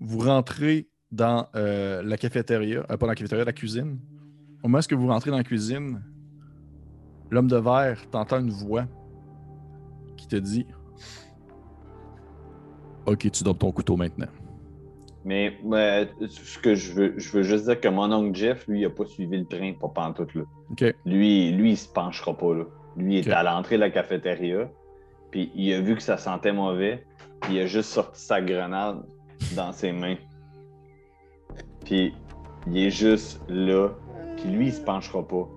vous rentrez dans euh, la cafétéria, euh, pas dans la cafétéria, la cuisine. Au moment où vous rentrez dans la cuisine, l'homme de verre t'entend une voix qui te dit Ok, tu donnes ton couteau maintenant. Mais euh, ce que je veux, je veux juste dire que mon oncle Jeff, lui, il a pas suivi le train, pas pantoute, là. Ok. Lui, lui, il se penchera pas, là. Lui, il Ok. est à l'entrée de la cafétéria, puis il a vu que ça sentait mauvais, puis il a juste sorti sa grenade dans ses mains. Puis il est juste là, puis lui, il se penchera pas.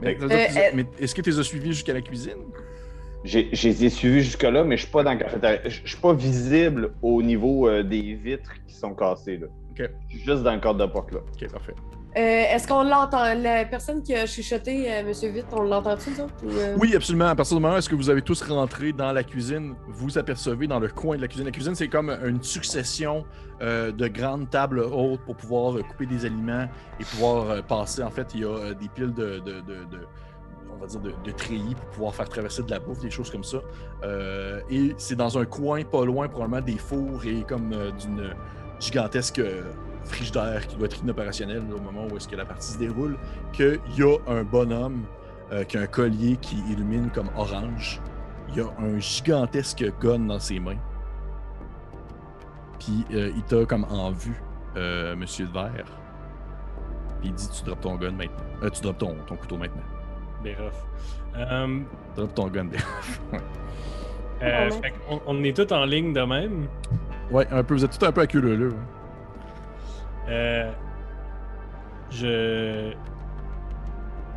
Mais, Fait t'as- Euh, euh- mais est-ce que tu les as suivis jusqu'à la cuisine J'ai je les ai suivis jusque-là, mais je suis pas dans la cafétéria. Je je suis pas visible au niveau euh, des vitres qui sont cassées, là. Ok. Je suis juste dans le cadre de porte, là. Ok, parfait. Euh, Est-ce qu'on l'entend? La personne qui a chuchoté, euh, Monsieur Vite, on l'entend-tu, nous autres? ou, euh, Oui, absolument. À partir du moment où est-ce que vous avez tous rentré dans la cuisine, vous apercevez dans le coin de la cuisine. La cuisine, c'est comme une succession euh, de grandes tables hautes pour pouvoir euh, couper des aliments et pouvoir euh, passer. En fait, il y a euh, des piles de, de- de- de- on va dire de, de treillis pour pouvoir faire traverser de la bouffe, des choses comme ça. Euh, et c'est dans un coin pas loin, probablement des fours et comme euh, d'une gigantesque euh, frigidaire qui doit être inopérationnelle au moment où est-ce que la partie se déroule, qu'il y a un bonhomme euh, qui a un collier qui illumine comme orange. Il a un gigantesque gun dans ses mains. Puis euh, il t'a comme en vue, euh, Monsieur le Vert. Puis il dit Tu drops ton gun maintenant. Euh, tu drops ton, ton couteau maintenant. Béroff. Euh, Drop ton gun. Ben. euh, Oh, non. fait qu'on- on, est tous en ligne de même. Ouais, un peu. Vous êtes tout un peu acculeux, là. Euh, je.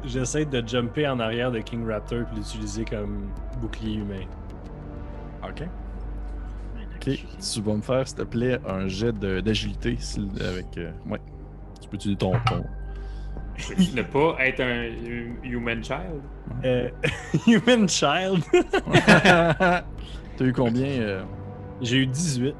J'essaie de jumper en arrière de King Raptor puis l'utiliser comme bouclier humain. Ok. Ok. Tu vas me faire, s'il te plaît, un jet de- d'agilité s'il- avec. euh, ouais. Tu peux utiliser ton. ton... Je ne pas être un hu- human child. Euh, human Child. T'as eu combien euh, J'ai eu 18.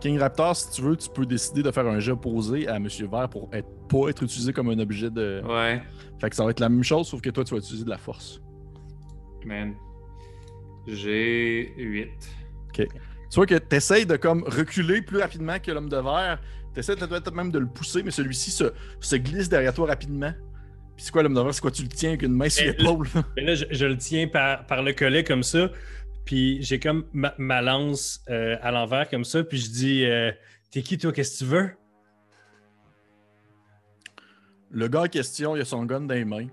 King Raptor, si tu veux, tu peux décider de faire un jet opposé à Monsieur Vert pour être, pas être utilisé comme un objet de. Ouais, Fait que ça va être la même chose, sauf que toi, tu vas utiliser de la force. man. J'ai 8. Tu vois que tu essaies de comme reculer plus rapidement que l'homme de verre. Tu essaies peut-être même de le pousser, mais celui-ci se, se glisse derrière toi rapidement. Puis c'est quoi l'homme de verre C'est quoi Tu le tiens avec une main sur Eh, l'épaule là? Mais là, je, je le tiens par, par le collet comme ça. Puis j'ai comme ma, ma lance euh, à l'envers comme ça. Puis je dis euh, T'es qui toi, qu'est-ce que tu veux? Le gars en question, il a son gun dans les mains.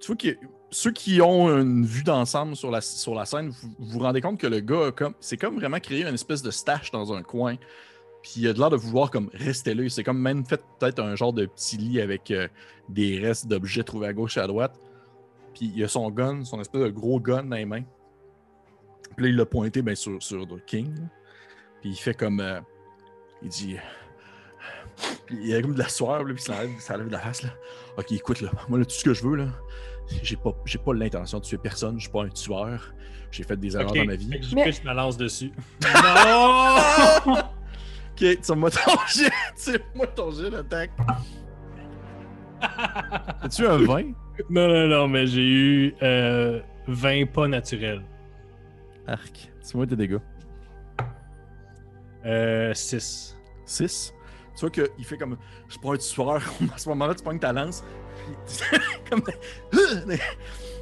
Tu vois que ceux qui ont une vue d'ensemble sur la, sur la scène, vous vous vous rendez compte que le gars, a comme, c'est comme vraiment créer une espèce de stache dans un coin. Puis il a de l'air de vouloir comme rester là. C'est comme même fait peut-être un genre de petit lit avec euh, des restes d'objets trouvés à gauche et à droite. Puis il a son gun, son espèce de gros gun dans les mains. Puis là, il l'a pointé bien sur, sur King. Puis il fait comme. euh, il dit. euh, Puis il y a comme de la sueur, là, puis ça enlève, ça enlève de la face. Là. Ok, écoute, là, moi, là, tout ce que je veux, là, j'ai pas, j'ai pas l'intention de tuer personne, je suis pas un tueur, j'ai fait des erreurs Ok. dans ma vie. Fait que je Mais- pitch ma lance dessus. Oh! Ok, tire-moi ton jet, tire-moi ton jet d'attaque. As-tu un 20? Non, non, non, mais j'ai eu euh, 20 pas naturels. Arc, tire-moi tes dégâts. Euh, 6. 6. Tu vois qu'il fait comme. Je prends un tueur. À ce moment-là, tu pognes ta lance. puis- comme.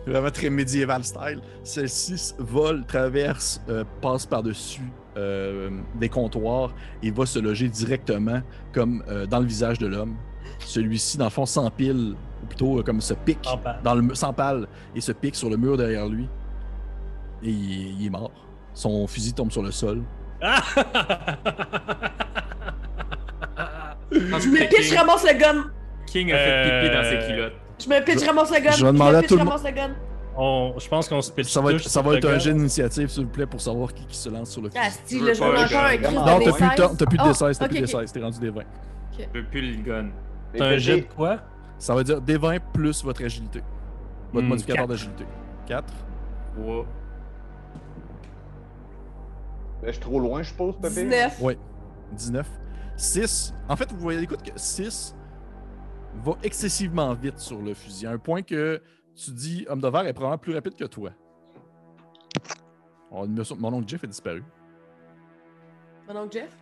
Vraiment très médiéval style. Celle-ci vole, traverse, euh, passe par-dessus euh, des comptoirs et va se loger directement comme euh, dans le visage de l'homme. Celui-ci, dans le fond, s'empile, ou plutôt euh, comme se pique, S'empale. dans le mu- s'empale et se pique sur le mur derrière lui. Et il est- il est mort. Son fusil tombe sur le sol. Je me pitch, ramasse le gun! King a fait pipi dans Euh, ses culottes. Je me pitch, Je- ramasse le gun! je vais demander à me pitch, tout le ramasse le gun! On- je pense qu'on se pitch Ça va être, tous ça va sur être le un gars. jet d'initiative, s'il vous plaît, pour savoir qui, qui se lance sur le Ah, fusil. si, veux là, je pas vais le manger gun. un crise Non, de t'as plus, le temps- D16. t'as plus de Oh, D16, t'as ok, plus de ok. D16, t'es rendu D20. Je veux plus le gun. C'est un jet de quoi? Ça veut dire D20 plus votre agilité. Votre Hmm, modificateur quatre. d'agilité. 4. Wow. Ben, Je suis trop loin, je suppose, Pépé? 19. Ouais. 19. 6. En fait, vous voyez, écoute, que 6 va excessivement vite sur le fusil. À un point que tu dis, homme de verre est probablement plus rapide que Oh, toi. On- mon oncle Jeff est disparu. Mon oncle Jeff?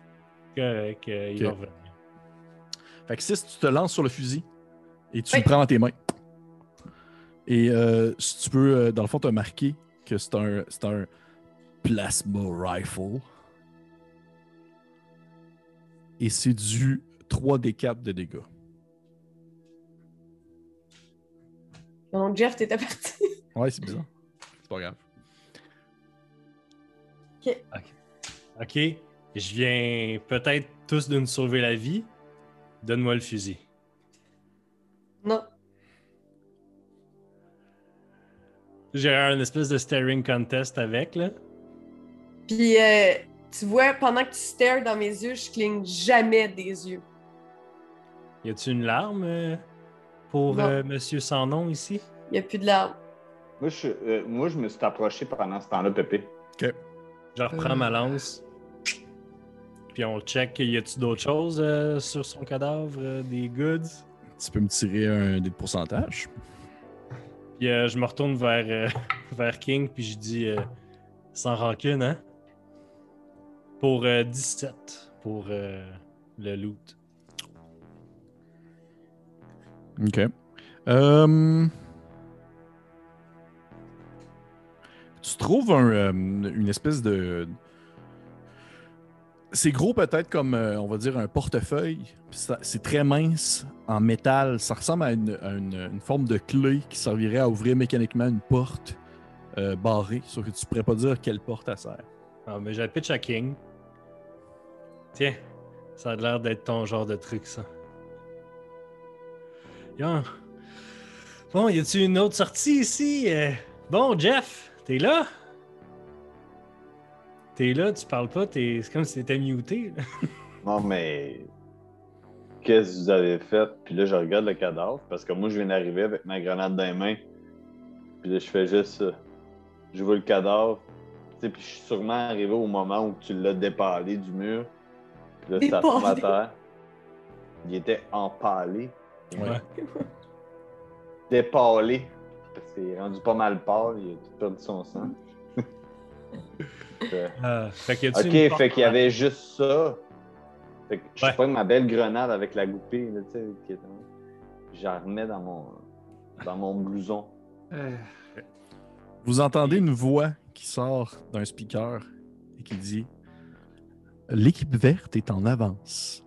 Correct, euh, il va Ok. revenir. Fait que 6, tu te lances sur le fusil et tu Oui. le prends dans tes mains. Et euh, si tu peux, euh, dans le fond, te marquer que c'est un, c'est un plasma rifle. Et c'est du 3D4 de dégâts. Mon oncle Jeff, t'étais parti. Ouais, c'est bizarre. C'est pas grave. Ok, je viens peut-être tous de nous sauver la vie. Donne-moi le fusil. non. J'ai un espèce de staring contest avec, là. Puis, euh, tu vois, pendant que tu stares dans mes yeux, je cligne jamais des yeux. Y a-tu une larme euh, pour Non. euh, Monsieur Sans Nom ici? Il n'y a plus de larmes. Moi je, euh, moi, je me suis approché pendant ce temps-là, Pépé. Je reprends Euh. ma lance. Puis on check, y a-tu d'autres choses euh, sur son cadavre, euh, des goods? Tu peux me tirer un dé de pourcentage. Puis euh, je me retourne vers, euh, vers King, puis je dis euh, sans rancune, hein? Pour euh, 17, pour euh, le loot. OK. Euh, Tu trouves un, euh, une espèce de... C'est gros peut-être comme, euh, on va dire, un portefeuille. Puis ça- C'est très mince, en métal. Ça ressemble à, une, à une- une forme de clé qui servirait à ouvrir mécaniquement une porte euh, barrée. Sauf que tu pourrais pas dire quelle porte elle sert. Ah, mais j'ai pitch à King. Tiens, ça a l'air d'être ton genre de truc, ça. Y'a- Bon, y a-tu une autre sortie ici? Euh, Bon, Jeff, t'es là? T'es là, tu parles pas, t'es... c'est comme si t'étais muté. là. Non, mais. Qu'est-ce que vous avez fait? Puis là, je regarde le cadavre parce que moi, je viens d'arriver avec ma grenade dans les mains. Puis là, je fais juste. euh, Je vois le cadavre. Tu sais, puis je suis sûrement arrivé au moment où tu l'as dépalé du mur. Puis là, ça tombe à Dépalé. terre. Il était empalé. Ouais. Dépalé. Parce qu'il est rendu pas mal pâle. Il a tout perdu son sang. Euh, Ah. Euh, fait que y a-tu Ok, une porte- fait qu'il y avait juste ça. Fait que je Ouais. prends ma belle grenade avec la goupille, là, tu sais, qui est J'en remets dans mon, dans mon blouson. Vous entendez une voix qui sort d'un speaker et qui dit L'équipe verte est en avance.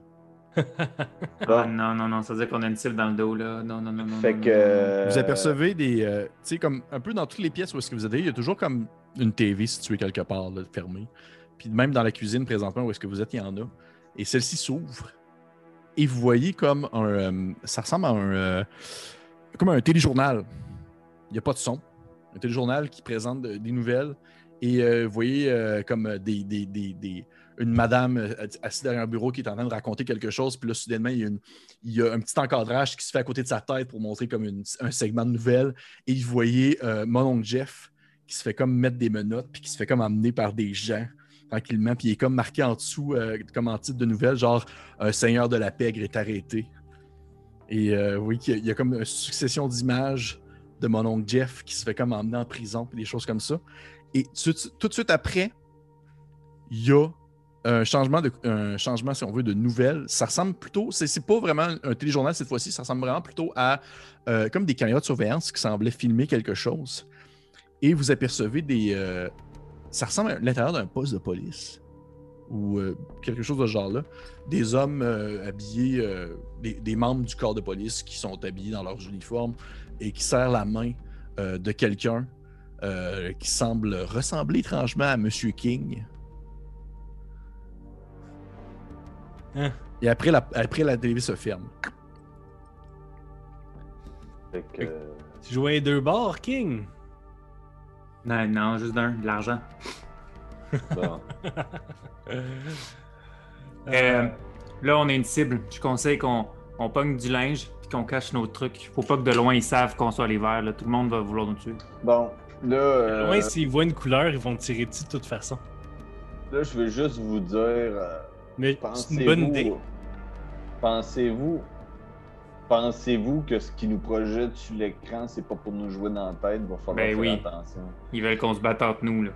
Ah, non, non, non, ça veut dire qu'on a une cible dans le dos, là. Non, non, non, non. Fait non, que. euh, non, Vous apercevez des. euh, tu sais, comme un peu dans toutes les pièces où est-ce que vous allez, il y a toujours comme une TV située quelque part, là, fermée. Puis même dans la cuisine présentement où est-ce que vous êtes, il y en a. Et celle-ci s'ouvre. Et vous voyez comme un. euh, ça ressemble à un. euh, comme un téléjournal. Il n'y a pas de son. Un téléjournal qui présente de- des nouvelles. Et euh, vous voyez euh, comme des, des- des- des- une madame euh, assise derrière un bureau qui est en train de raconter quelque chose. Puis là, soudainement, il y a une il y a un petit encadrage qui se fait à côté de sa tête pour montrer comme une- un segment de nouvelles. Et vous voyez euh, mon oncle Jeff qui se fait comme mettre des menottes, puis qui se fait comme emmener par des gens tranquillement. Puis il est comme marqué en dessous, euh, comme en titre de nouvelle, genre Un seigneur de la pègre est arrêté. Et euh, vous voyez qu'il y a- il y, a comme une succession d'images de mon oncle Jeff qui se fait comme emmener en prison, puis des choses comme ça. Et tout, tout de suite après, il y a un changement, de, un changement, si on veut, de nouvelles. Ça ressemble plutôt, c'est- c'est pas vraiment un téléjournal cette fois-ci, ça ressemble vraiment plutôt à euh, comme des caméras de surveillance qui semblaient filmer quelque chose. Et vous apercevez des. euh, ça ressemble à l'intérieur d'un poste de police ou euh, quelque chose de ce genre-là. Des hommes euh, habillés, euh, des, des membres du corps de police qui sont habillés dans leurs uniformes et qui serrent la main euh, de quelqu'un euh, qui semble ressembler étrangement à Monsieur King. Et après, la, après la télé se ferme. Fait que. euh, Tu jouais deux bords, King? Non, non, juste d'un, de l'argent. bon. Ah. Euh, là, on a une cible. Je conseille qu'on on pogne du linge puis qu'on cache nos trucs. Faut pas que de loin ils savent qu'on soit les verts. Là. Tout le monde va vouloir nous tuer. Bon, là, euh, Loin, s'ils voient une couleur, ils vont tirer dessus de toute façon. là, je veux juste vous dire. euh, Mais c'est une Pensez-vous. bonne idée. Pensez-vous. Pensez-vous que ce qui nous projette sur l'écran, c'est pas pour nous jouer dans la tête, va falloir Ben faire oui. attention. Ils veulent qu'on se batte entre nous. Là.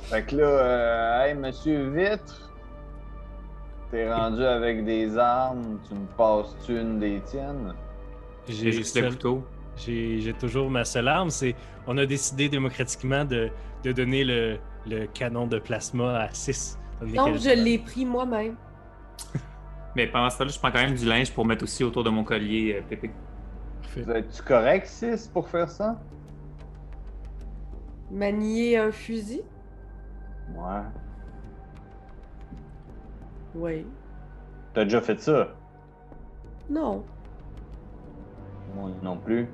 Fait que là, euh, hey, monsieur Vitre, T'es rendu avec des armes, tu me passes-tu une des tiennes? J'ai juste le seul- couteau. J'ai j'ai toujours ma seule arme. C'est, on a décidé démocratiquement de, de donner le, le canon de plasma à 6. Donc, je l'ai pris moi-même. Mais pendant ce temps-là, je prends quand même du linge pour mettre aussi autour de mon collier, euh, Pépé. Vous êtes-tu correct, 6, pour faire ça? Manier un fusil? Ouais. Oui. T'as déjà fait ça? Non. Moi non plus.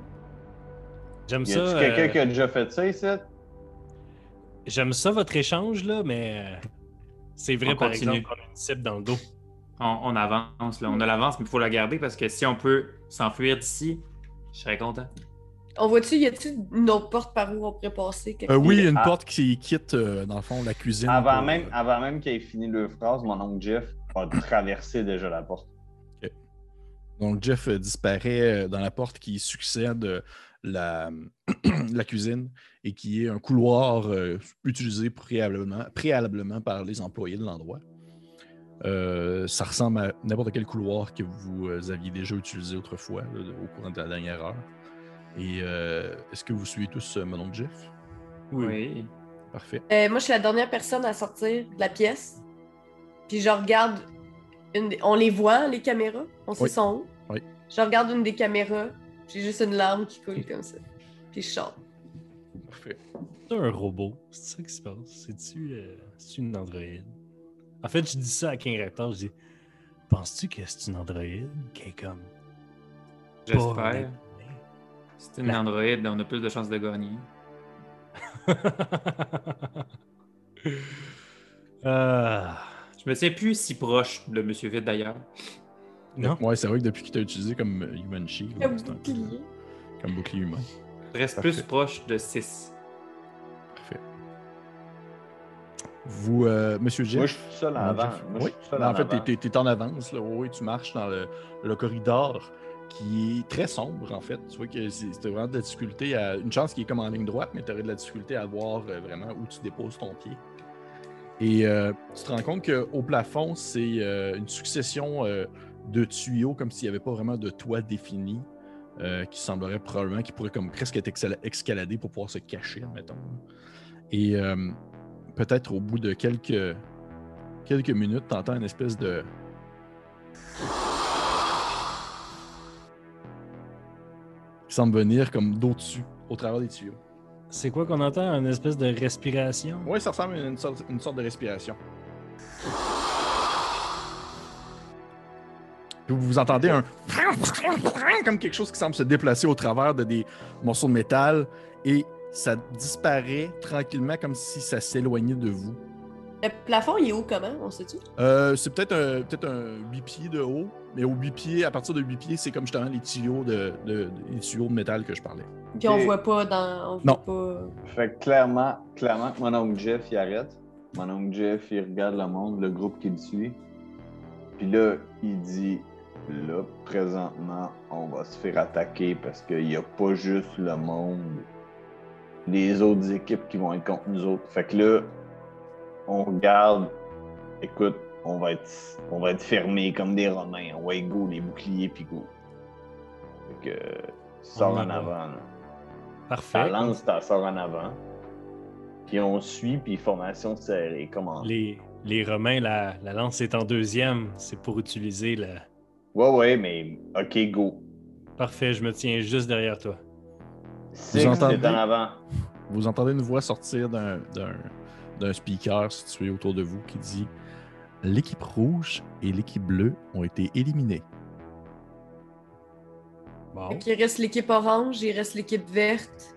J'aime Y a-tu ça. quelqu'un euh, qui a déjà fait ça ici? J'aime ça votre échange là, mais euh, c'est vrai On par continue. exemple qu'on a une cible dans le dos. On, on avance, là. On a l'avance, mais il faut la garder parce que si on peut s'enfuir d'ici, je serais content. On voit-tu, y a-tu une autre porte par où on pourrait passer? quelque Euh, oui, part? une Ah. porte qui quitte, euh, dans le fond, la cuisine. Avant pour, même, euh, avant même qu'il ait fini le phrase, mon oncle Jeff a traversé déjà la porte. Donc Jeff euh, disparaît euh, dans la porte qui succède euh, la, la cuisine et qui est un couloir euh, utilisé préalablement, préalablement par les employés de l'endroit. Euh, ça ressemble à n'importe quel couloir que vous euh, aviez déjà utilisé autrefois là, au cours de la dernière heure. Et euh, est-ce que vous suivez tous euh, mon oncle Jeff? Oui. Parfait. Euh, moi, je suis la dernière personne à sortir de la pièce. Puis je regarde. Une des- On les voit, les caméras. On sait Oui. sont où. Oui. Je regarde une des caméras. J'ai juste une larme qui coule comme ça. Puis je sors. Parfait. C'est un robot. C'est ça qui se passe. C'est-tu euh, c'est-tu une androïde? En fait, je dis ça à King Raptor. Je dis Penses-tu que c'est une androïde qui est comme. pas J'espère. honnête? C'est une androïde, on a plus de chances de gagner. Ah, Je me tiens plus si proche de Monsieur Vite d'ailleurs. non? Ouais, c'est vrai que depuis qu'il t'a utilisé comme euh, Human Shield, Comme c'est un peu- bouclier. comme bouclier humain. Je reste Parfait. plus proche de 6. Parfait. Vous, euh, Monsieur Jeff. Moi, je suis tout seul en Madame avant. Jeff. Moi, je Oui. suis tout seul Mais en, en fait, avant. t'es- t'es t'es en avance. Là. Oui, tu marches dans le, le corridor qui est très sombre, en fait. Tu vois que c'est t'as vraiment de la difficulté à. Une chance qui est comme en ligne droite, mais tu aurais de la difficulté à voir euh, vraiment où tu déposes ton pied. Et euh, tu te rends compte qu'au plafond, c'est euh, une succession euh, de tuyaux, comme s'il n'y avait pas vraiment de toit défini, euh, qui semblerait probablement, qui pourrait comme presque être excala- escaladé pour pouvoir se cacher, mettons. Et euh, peut-être au bout de quelques quelques minutes, t'entends une espèce de. qui semble venir comme d'au-dessus, au travers des tuyaux. C'est quoi qu'on entend? Une espèce de respiration? Oui, ça ressemble à une sorte, une sorte de respiration. Puis vous entendez un comme quelque chose qui semble se déplacer au travers de des morceaux de métal et ça disparaît tranquillement comme si ça s'éloignait de vous. Le plafond, il est où comment? On sait-tu? Euh, c'est peut-être un, peut un 8 pieds de haut, mais au 8 pieds, à partir de 8 pieds, c'est comme justement les tuyaux de, de- les tuyaux de métal que je parlais. Puis on Ok. voit pas dans. On voit Non. pas. Fait que clairement, clairement, que mon oncle Jeff, il arrête. Mon oncle Jeff, il regarde le monde, le groupe qui le suit. Puis là, il dit Là, présentement, on va se faire attaquer parce qu'il n'y a pas juste le monde, les autres équipes qui vont être contre nous autres. Fait que là, on regarde. Écoute, on va être, on va être fermés comme des Romains. On va être go, les boucliers, puis go. Fait que, sors On en avance. avant, là. Ta Parfait. lance, ta sort en avant. Puis on suit, puis formation serrée. Comment? Les, les Romains, la, la lance est en deuxième. C'est pour utiliser la. Ouais, ouais, mais OK, go. Parfait, je me tiens juste derrière toi. Six, entendez? c'est en avant. Vous entendez une voix sortir d'un, d'un, d'un speaker situé autour de vous qui dit L'équipe rouge et l'équipe bleue ont été éliminées. Bon. Donc, il reste l'équipe orange, il reste l'équipe verte.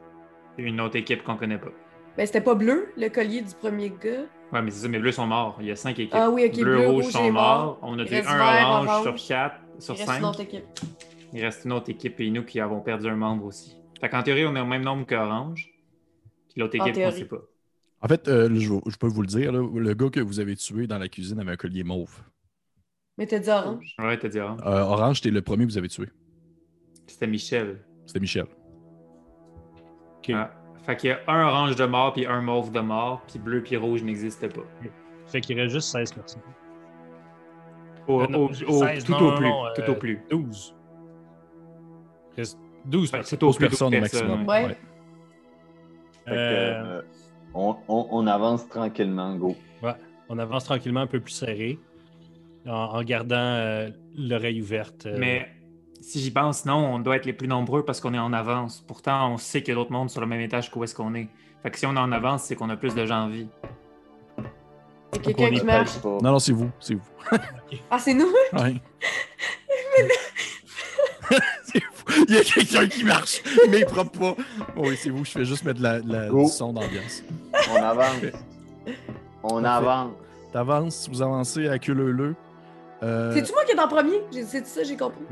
Une autre équipe qu'on connaît pas. Ben, c'était pas bleu, le collier du premier gars. Ouais, mais c'est ça, mes bleus sont morts. Il y a 5 équipes. Ah oui, ok, bleus, bleu, rouges rouge sont et morts. On a Il tué reste un vert, orange, orange. sur 4, Il sur reste 5. une autre équipe. Il reste une autre équipe et nous qui avons perdu un membre aussi. Fait qu'en théorie, on est au même nombre qu'Orange. Puis l'autre En équipe, on théorie. sait pas. En fait, euh, je, je peux vous le dire, là, le gars que vous avez tué dans la cuisine avait un collier mauve. Mais t'as dit orange. Ouais, t'as dit Orange. Euh, Orange, c'était le premier que vous avez tué. C'était Michel. C'était Michel. Ah. Fait qu'il y a un orange de mort, puis un mauve de mort, puis bleu, puis rouge n'existe pas. Fait qu'il reste juste 16 personnes. Au- Euh, non, au- au- 16, tout non, au non, plus. non, tout euh, au plus. 12. Reste 12 Fait que personnes. C'est au 12 plus personnes personnes, au maximum. Ouais. Fait que, Euh, euh, on, on- on avance tranquillement, go. on avance tranquillement un peu plus serré en, en gardant euh, l'oreille ouverte. euh, Mais si j'y pense, non, on doit être les plus nombreux parce qu'on est en avance. Pourtant, on sait qu'il y a d'autres mondes sur le même étage qu'où est-ce qu'on est. Fait que si on est en avance, c'est qu'on a plus de gens en vie. Il y a quelqu'un On y qui marche. Pas- Non, non, c'est vous. C'est vous. Ah, c'est nous? Ouais. C'est vous. Il y a quelqu'un qui marche, mais il frappe pas. Bon, oui, c'est vous. Je fais juste mettre de la, de la- Go. du son d'ambiance. On avance. On avance. T'avances, vous avancez à queue leu Euh, C'est-tu moi qui est en premier? J'ai- C'est ça, j'ai compris.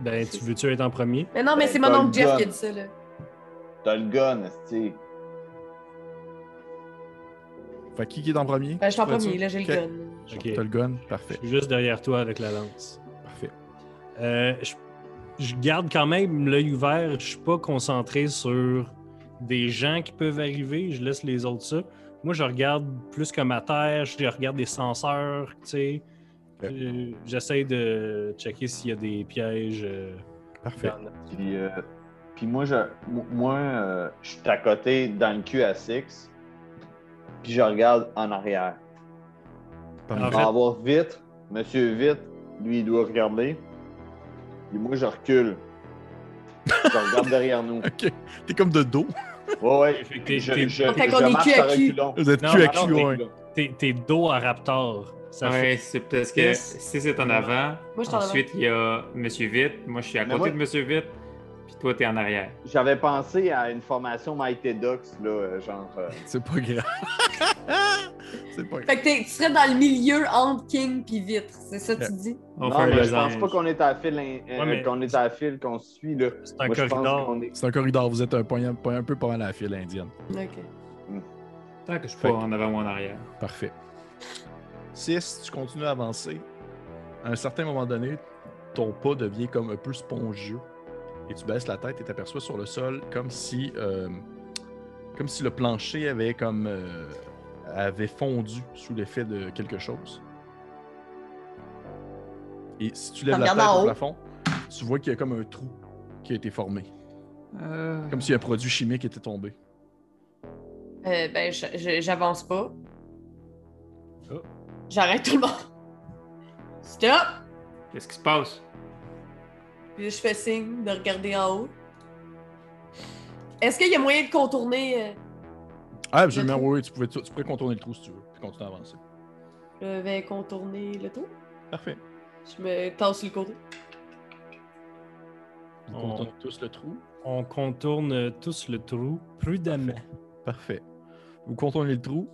ben, tu veux-tu être en premier? Mais non, mais Ben, c'est mon oncle Paul Jeff qui a Gunn. dit ça, là. T'as le gun, esti. Fait qui qui est en premier? Ben, je suis en Ouais, tu- premier, là, j'ai le Ok. gun. Ok. T'as le gun? Je Parfait. suis juste derrière toi avec la lance. Parfait. Euh, je, je garde quand même l'œil ouvert. Je suis pas concentré sur des gens qui peuvent arriver. Je laisse les autres ça. Moi, je regarde plus comme à terre. Je regarde des senseurs, tu sais. Ouais. Euh, J'essaie de checker s'il y a des pièges. euh, Parfait. dans le- Puis, euh, puis moi, je, mo- moi euh, je suis à côté dans le cul à Six. Puis je regarde en arrière. Parfait. En On fait- va avoir vite. Monsieur vite, lui, il doit regarder. Puis moi, je recule. je regarde derrière nous. Ok. T'es comme de dos. Ouais, ouais. Fait que Je, t'es- je, je t'es- Fait qu'on est marche cul à à cul. reculons. Ah, Vous êtes Non, cul à mais alors, cul, ouais. T'es t'es dos à Raptor. Ça ouais, c'est parce que Yes. si c'est en avant, Moi, je suis en avant. ensuite il y a Monsieur Vite, moi je suis à Mais côté moi- de Monsieur Vite, puis toi t'es en arrière. J'avais pensé à une formation Mighty Ducks, là, euh, genre. euh, C'est pas grave. c'est pas grave. Fait que t'es- tu serais dans le milieu entre King puis Vitre, c'est ça que tu dis? On non, fait un mais je losange. pense pas qu'on est à fil, hein, euh, mais- qu'on est à fil, qu'on se suit, là. fait- c'est un Moi, je pense corridor. qu'on est- C'est un corridor. Vous êtes un, point, un peu pas mal à la file indienne. Ok. Tant que je suis Fait pas que- en avant ou en arrière. Parfait. 6, tu continues à avancer. À un certain moment donné, ton pas devient comme un peu spongieux. Et tu baisses la tête et t'aperçois sur le sol comme si, euh, comme si le plancher avait, comme, euh, avait fondu sous l'effet de quelque chose. Et si tu lèves En la tête regardant en au haut. plafond, tu vois qu'il y a comme un trou qui a été formé. Euh, Comme si un produit chimique était tombé. Euh, ben, je- je- j'avance pas. Oh. J'arrête tout le monde. Stop! Qu'est-ce qui se passe? Puis là, je fais signe de regarder en haut. Est-ce qu'il y a moyen de contourner? euh, Ah, absolument, Le trou. oui, oui, tu, pouvais, tu pourrais contourner le trou si tu veux. Puis continuer à avancer. Je vais contourner le trou. Parfait. Je me tasse sur le côté. Vous On- contournez tous le trou. On contourne tous le trou prudemment. Parfait. Vous contournez le trou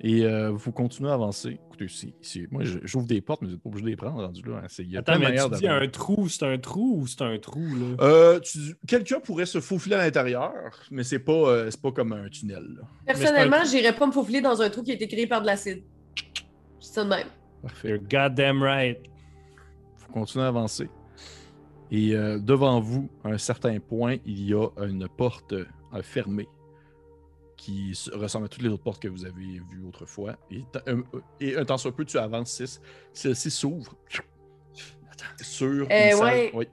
et euh, vous continuez à avancer. Écoutez, si, si- moi, je- j'ouvre des portes, mais vous n'êtes pas obligé de les prendre rendu là. hein. C'est- Il y a Attends, plein de mais tu manières dis d'avancer. un trou, c'est un trou ou c'est un trou, là? Euh, tu- Quelqu'un pourrait se faufiler à l'intérieur, mais c'est pas, euh, c'est pas comme un tunnel. là. Personnellement, Mais j'irais pas me faufiler dans un trou qui a été créé par de l'acide. Je dis ça de même. Parfait. You're goddamn right. Vous continuez à avancer. Et euh, devant vous, à un certain point, il y a une porte euh, fermée qui s- ressemble à toutes les autres portes que vous avez vues autrefois. Et, ta- euh, euh, et un temps soit peu, tu avances 6. Celle-ci s'ouvre sur une Euh, salle- ouais. oui.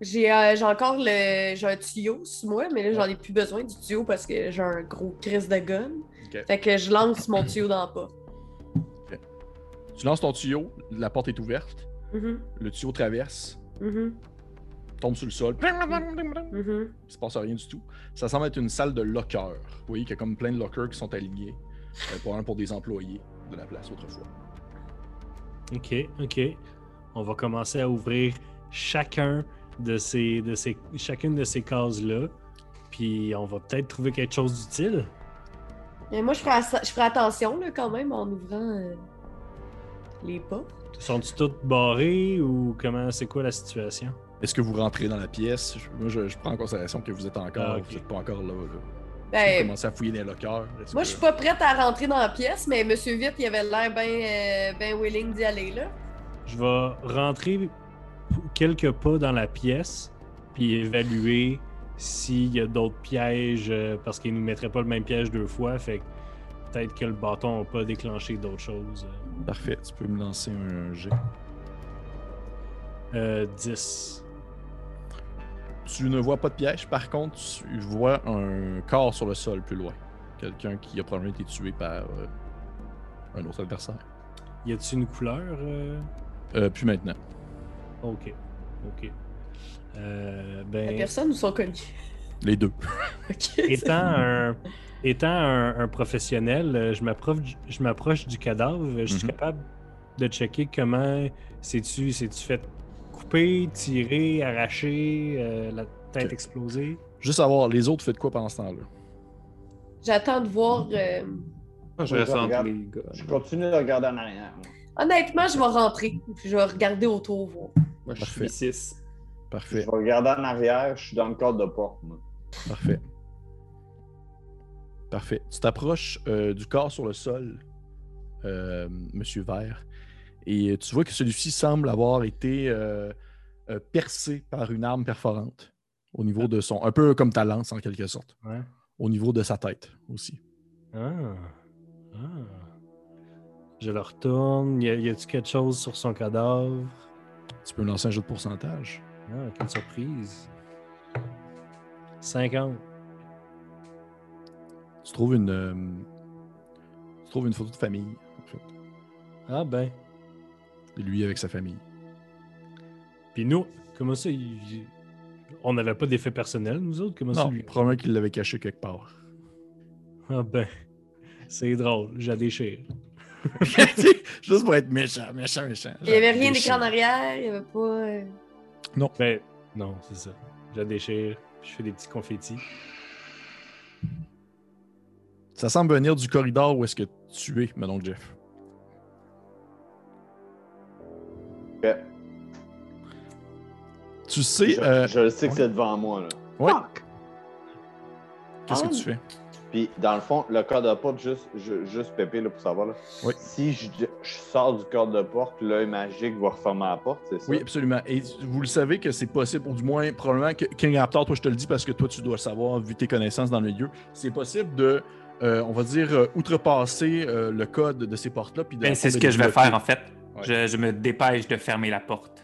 J'ai euh, j'ai encore le. J'ai un tuyau sur moi, mais là, j'en ai plus besoin du tuyau parce que j'ai un gros crise de gun. Ok. Fait que je lance mon tuyau dans la porte. Tu lances ton tuyau, la porte est ouverte, Mhm, le tuyau traverse, mhm, tombe sur le sol, mhm. il se passe rien du tout. Ça semble être une salle de locker. Vous voyez qu'il y a comme plein de lockers qui sont alignés, euh, pour un pour des employés de la place autrefois. Ok, ok. On va commencer à ouvrir chacun de ces, de ces, chacune de ces cases-là. Puis on va peut-être trouver quelque chose d'utile. Mais moi, je ferai, ass- je ferai attention là, quand même en ouvrant euh, les portes. Sont-ils toutes barrées ou comment c'est quoi la situation? Est-ce que vous rentrez dans la pièce? Je, moi, je, je prends en considération que vous êtes encore, Ah, ok. vous êtes pas encore là. là. Vous Ben, commencez à fouiller dans les lockers. Est-ce moi, que- je suis pas prête à rentrer dans la pièce, mais Monsieur Vite, il avait l'air bien ben willing d'y aller là. Je vais rentrer quelques pas dans la pièce, puis évaluer s'il y a d'autres pièges, euh, parce qu'ils nous mettraient pas le même piège deux fois. Fait que peut-être que le bâton n'a pas déclenché d'autres choses. Parfait, tu peux me lancer un G. Euh, 10. Tu ne vois pas de piège, par contre, tu vois un corps sur le sol plus loin. Quelqu'un qui a probablement été tué par euh, un autre adversaire. Y a-t-il une couleur euh? Euh, puis maintenant. Ok. Ok. Euh, La ben, personne ou son collier? Les deux. Ok. étant un, étant un, un professionnel, euh, je m'approche du- je m'approche du cadavre. euh, Je suis Mhm. capable de checker comment c'est-tu c'est-tu fait couper, tirer, arracher, euh, la tête Ok. explosée. Juste savoir, les autres faites quoi pendant ce temps-là? J'attends de voir. euh, Je Ouais, reste entre regarde. les gars. Je continue de regarder en arrière. Honnêtement, je vais rentrer. Puis je vais regarder autour. voir. Moi, je Parfait. suis 6. Je Parfait, vais regarder en arrière, je suis dans le cadre de porte. moi. parfait. Parfait. Tu t'approches euh, du corps sur le sol, euh, Monsieur Vert, et tu vois que celui-ci semble avoir été euh, euh, percé par une arme perforante au niveau de son... Un peu comme ta lance, en quelque sorte. Ouais. Au niveau de sa tête, aussi. Ah. Ah. Je le retourne. Y a- y a-tu quelque chose sur son cadavre? Tu peux me lancer un jeu de pourcentage. Ah, quelle surprise. 50. Tu trouves une... euh, tu trouves une photo de famille, en fait. Ah ben. De lui avec sa famille. Puis nous, comment ça, il- on n'avait pas d'effet personnel, nous autres? Comment ça, Non, lui? probablement qu'il l'avait caché quelque part. Ah ben, c'est drôle, j'ai déchire. Juste pour être méchant, méchant, méchant. Il n'y avait rien d'écran en arrière. Il n'y avait pas. euh, Ben, non, c'est ça. Je déchire, je fais des petits confettis. Ça semble venir du corridor où est-ce que tu es, donc Jeff. Fait- Tu sais, Je, euh, je le sais que c'est devant moi. Là. Ouais. Fuck! qu'est-ce Ah, que tu fais? Puis, dans le fond, le cadre de porte, juste, je- juste pépé là, pour savoir. Là. Oui. Si je, je sors du cadre de porte, l'œil magique va refermer la porte, c'est ça? Oui, absolument. Et vous le savez que c'est possible, ou du moins, probablement que King Raptor, toi, je te le dis parce que toi, tu dois le savoir, vu tes connaissances dans le milieu, c'est possible de, euh, on va dire, euh, outrepasser euh, le code de ces portes-là. puis de Ben, la c'est porte ce de que je vais débloquer. faire en fait. Ouais. Je, je me dépêche de fermer la porte.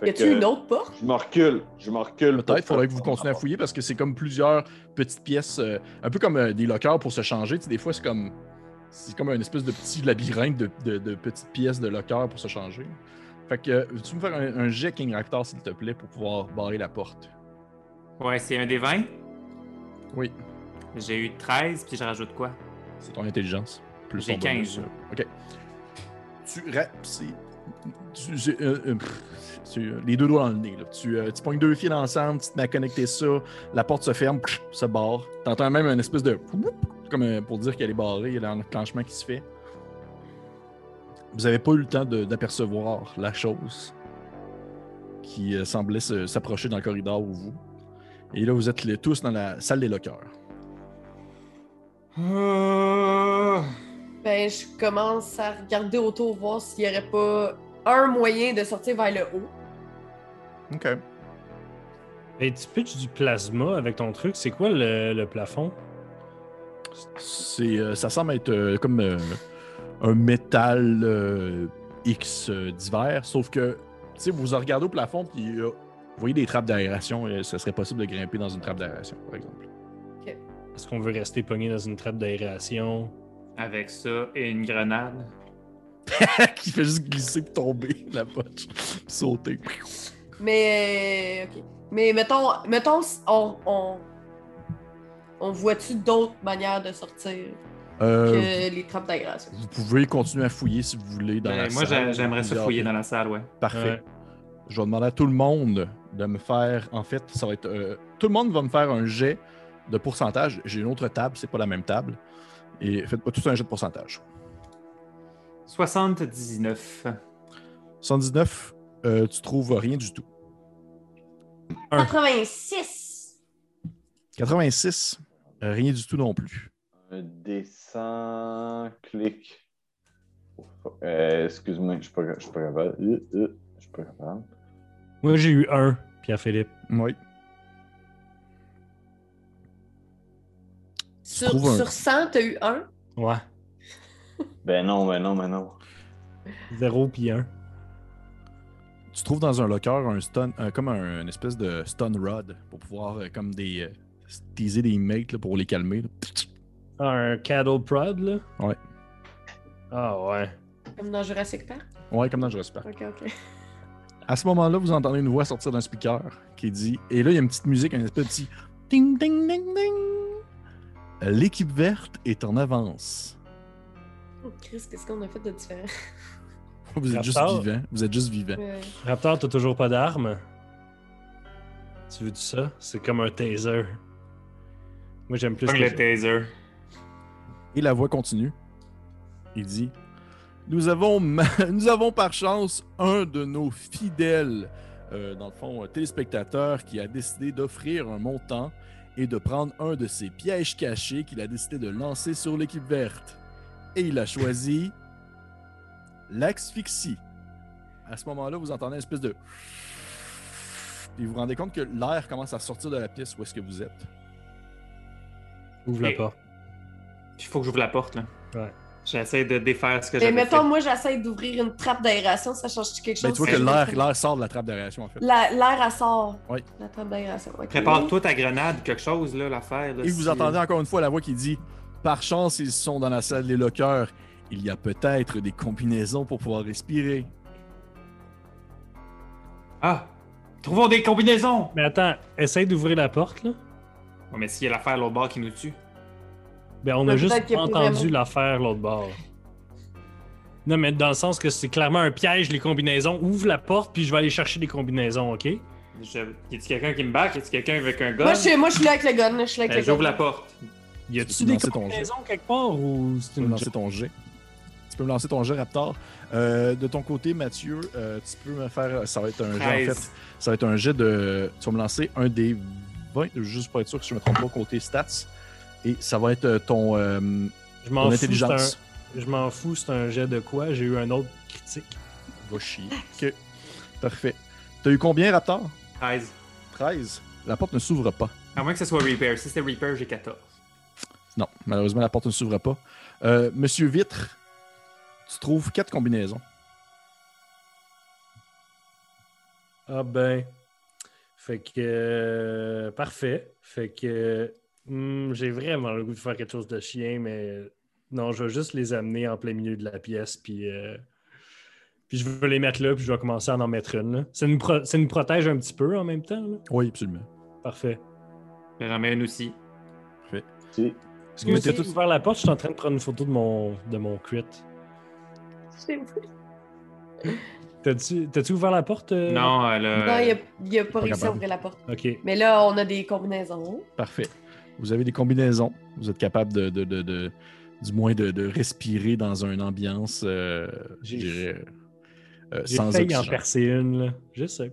Fait Y a-tu que une autre porte? Je me recule. Je me recule. pour Peut-être, il pas faudrait que vous refermer continuez à la fouiller parce que c'est comme plusieurs petites pièces, euh, un peu comme euh, des lockers pour se changer. Tu sais, des fois, c'est comme c'est comme une espèce de petit labyrinthe de, de- de petites pièces de lockers pour se changer. Fait que, euh, veux-tu me faire un, un jet King Raptor, s'il te plaît, pour pouvoir barrer la porte? Ouais, c'est un des 20. Oui, J'ai eu 13, puis je rajoute quoi? c'est ton intelligence. Plus J'ai ton bonus. 15. OK. Tu rap- c'est- tu- c'est- euh, euh, pff, tu- euh, les deux doigts dans le nez. Là. Tu, euh, tu pognes deux fils ensemble, tu te mets à connecter ça, la porte se ferme, pff, se barre. T'entends même une espèce de poup, comme euh, pour dire qu'elle est barrée, il y a un enclenchement qui se fait. Vous avez pas eu le temps de- d'apercevoir la chose qui euh, semblait se- s'approcher dans le corridor où vous. Et là, vous êtes les- tous dans la salle des lockers. Euh. Ben, je commence à regarder autour, voir s'il n'y aurait pas un moyen de sortir vers le haut. OK. Et tu pitches du plasma avec ton truc, c'est quoi le, le plafond? C'est, euh, ça semble être euh, comme euh, un métal euh, X euh, divers, sauf que, tu sais, vous en regardez au plafond, puis euh, vous voyez des trappes d'aération, et ça serait possible de grimper dans une trappe d'aération, par exemple. Est-ce qu'on veut rester pogné dans une trappe d'aération? Avec ça et une grenade. Qui fait juste glisser puis tomber la poche, puis sauter. Mais, euh, ok. Mais mettons, mettons on, on, on voit-tu d'autres manières de sortir Euh, que les trappes d'agression? Vous pouvez continuer à fouiller si vous voulez dans la Ben, moi, salle. j'a- j'aimerais se fouiller dans la salle, ouais. Parfait. Ouais. Je vais demander à tout le monde de me faire. En fait, ça va être. euh, tout le monde va me faire un jet de pourcentage. J'ai une autre table, c'est pas la même table. Et faites pas tout un jet de pourcentage. 79. 119, euh, tu trouves rien du tout. 86! 86, euh, rien du tout non plus. Un dessin, clic. Euh, Excuse-moi, je suis pas, je suis pas capable. Euh, euh, je suis pas capable. Moi, j'ai eu un, Pierre-Philippe. Oui. Sur, Trouve un. sur 100, t'as eu un. Ouais. Ben non, ben non, ben non. 0 puis 1. Tu trouves dans un locker un stun, un- comme un, une espèce de stun rod pour pouvoir, euh, comme des. euh, teaser des mates là, pour les calmer. là. Un cattle prod, là? Ouais. Ah ouais. Comme dans Jurassic Park. Ouais, comme dans Jurassic Park. Ok, ok. À ce moment-là, vous entendez une voix sortir d'un speaker qui dit. Et là, il y a une petite musique, un espèce de petit. Ding, ding, ding, ding. L'équipe verte est en avance. Oh, Chris, qu'est-ce qu'on a fait de différent? Vous êtes juste Raptor. vivant. Vous êtes juste vivant. Euh, Raptor, t'as toujours pas d'armes? Tu veux-tu ça? C'est comme un taser. Moi, j'aime plus Pogne le le taser. Et la voix continue. Il dit Nous avons, ma- nous avons par chance un de nos fidèles, euh, dans le fond, euh, téléspectateurs, qui a décidé d'offrir un montant et de prendre un de ses pièges cachés qu'il a décidé de lancer sur l'équipe verte. Et il a choisi l'asphyxie. À ce moment-là, vous entendez une espèce de. Et vous vous rendez compte que l'air commence à sortir de la pièce où est-ce que vous êtes. Ouvre la Et- porte. Puis faut que j'ouvre la porte, là. Ouais. J'essaie de défaire ce que Mais j'avais Ben, mettons, fait. moi, j'essaie d'ouvrir une trappe d'aération. Ça change-tu quelque Ben, chose? tu vois que l'air l'air sort de la trappe d'aération, en fait. La- L'air, elle sort. Oui. La trappe d'aération. ok. Prépare-toi ta grenade, quelque chose, là, l'affaire. là, Et si- euh, vous entendez encore une fois la voix qui dit Par chance, ils sont dans la salle des lockers. Il y a peut-être des combinaisons pour pouvoir respirer. Ah! Trouvons des combinaisons! Mais attends, essaye d'ouvrir la porte, là. Ouais, mais s'il y a l'affaire l'autre bord qui nous tue. Ben, on Mais a peut-être juste qu'il y a plus entendu vraiment. l'affaire l'autre bord. Non, mais dans le sens que c'est clairement un piège, les combinaisons. Ouvre la porte, puis je vais aller chercher des combinaisons, ok? Je... Y a-tu quelqu'un qui me back? Y a-tu quelqu'un avec un gun? Moi, je suis moi, je suis là avec le gun. Je suis là avec Euh, le J'ouvre gun. la porte. Y Tu a-tu peux des lancer ton combinaisons quelque part ou c'est Tu peux me une lancer ton jet. Tu peux me lancer ton jet, Raptor. Euh, de ton côté, Mathieu, euh, tu peux me faire. Ça va être un jet, en fait. 13. Ça va être un jet de. Tu vas me lancer un des 20, juste pour être sûr que je me trompe pas, côté stats. Et ça va être euh, ton, euh, Je ton m'en fous, c'est un... intelligence. Je m'en fous, c'est un jet de quoi? J'ai eu un autre critique. Va chier. Ok. Parfait. T'as eu combien, Raptor 13. 13. La porte ne s'ouvre pas. À moins que ce soit Repair. Si c'était Repair, j'ai 14. Non, malheureusement, la porte ne s'ouvre pas. Euh, Monsieur Vitre, tu trouves quatre combinaisons. Ah ben. Fait que. euh, parfait. Fait que. euh, hmm, J'ai vraiment le goût de faire quelque chose de chien, mais non, je vais juste les amener en plein milieu de la pièce, puis. euh, Puis je vais les mettre là, puis je vais commencer à en mettre une. là. Ça nous, pro- ça nous protège un petit peu en même temps. là. Oui, absolument. Parfait. J'en mets une aussi. Si, Vous mettez Excusez-moi, tout tout- ouvert la porte, je suis en train de prendre une photo de mon, de mon crit. C'est vous. T'as-tu t'as-tu ouvert la porte? euh? Non, elle a... Non, il a- il a pas Pas réussi à capable. ouvrir la porte. Ok. Mais là, on a des combinaisons. Parfait. Vous avez des combinaisons. Vous êtes capable de, de- de- de- du moins de, de respirer dans une ambiance, euh, je J'ai- dirais, euh, J'ai sans failli en oxygène. percer une, là. Je sais.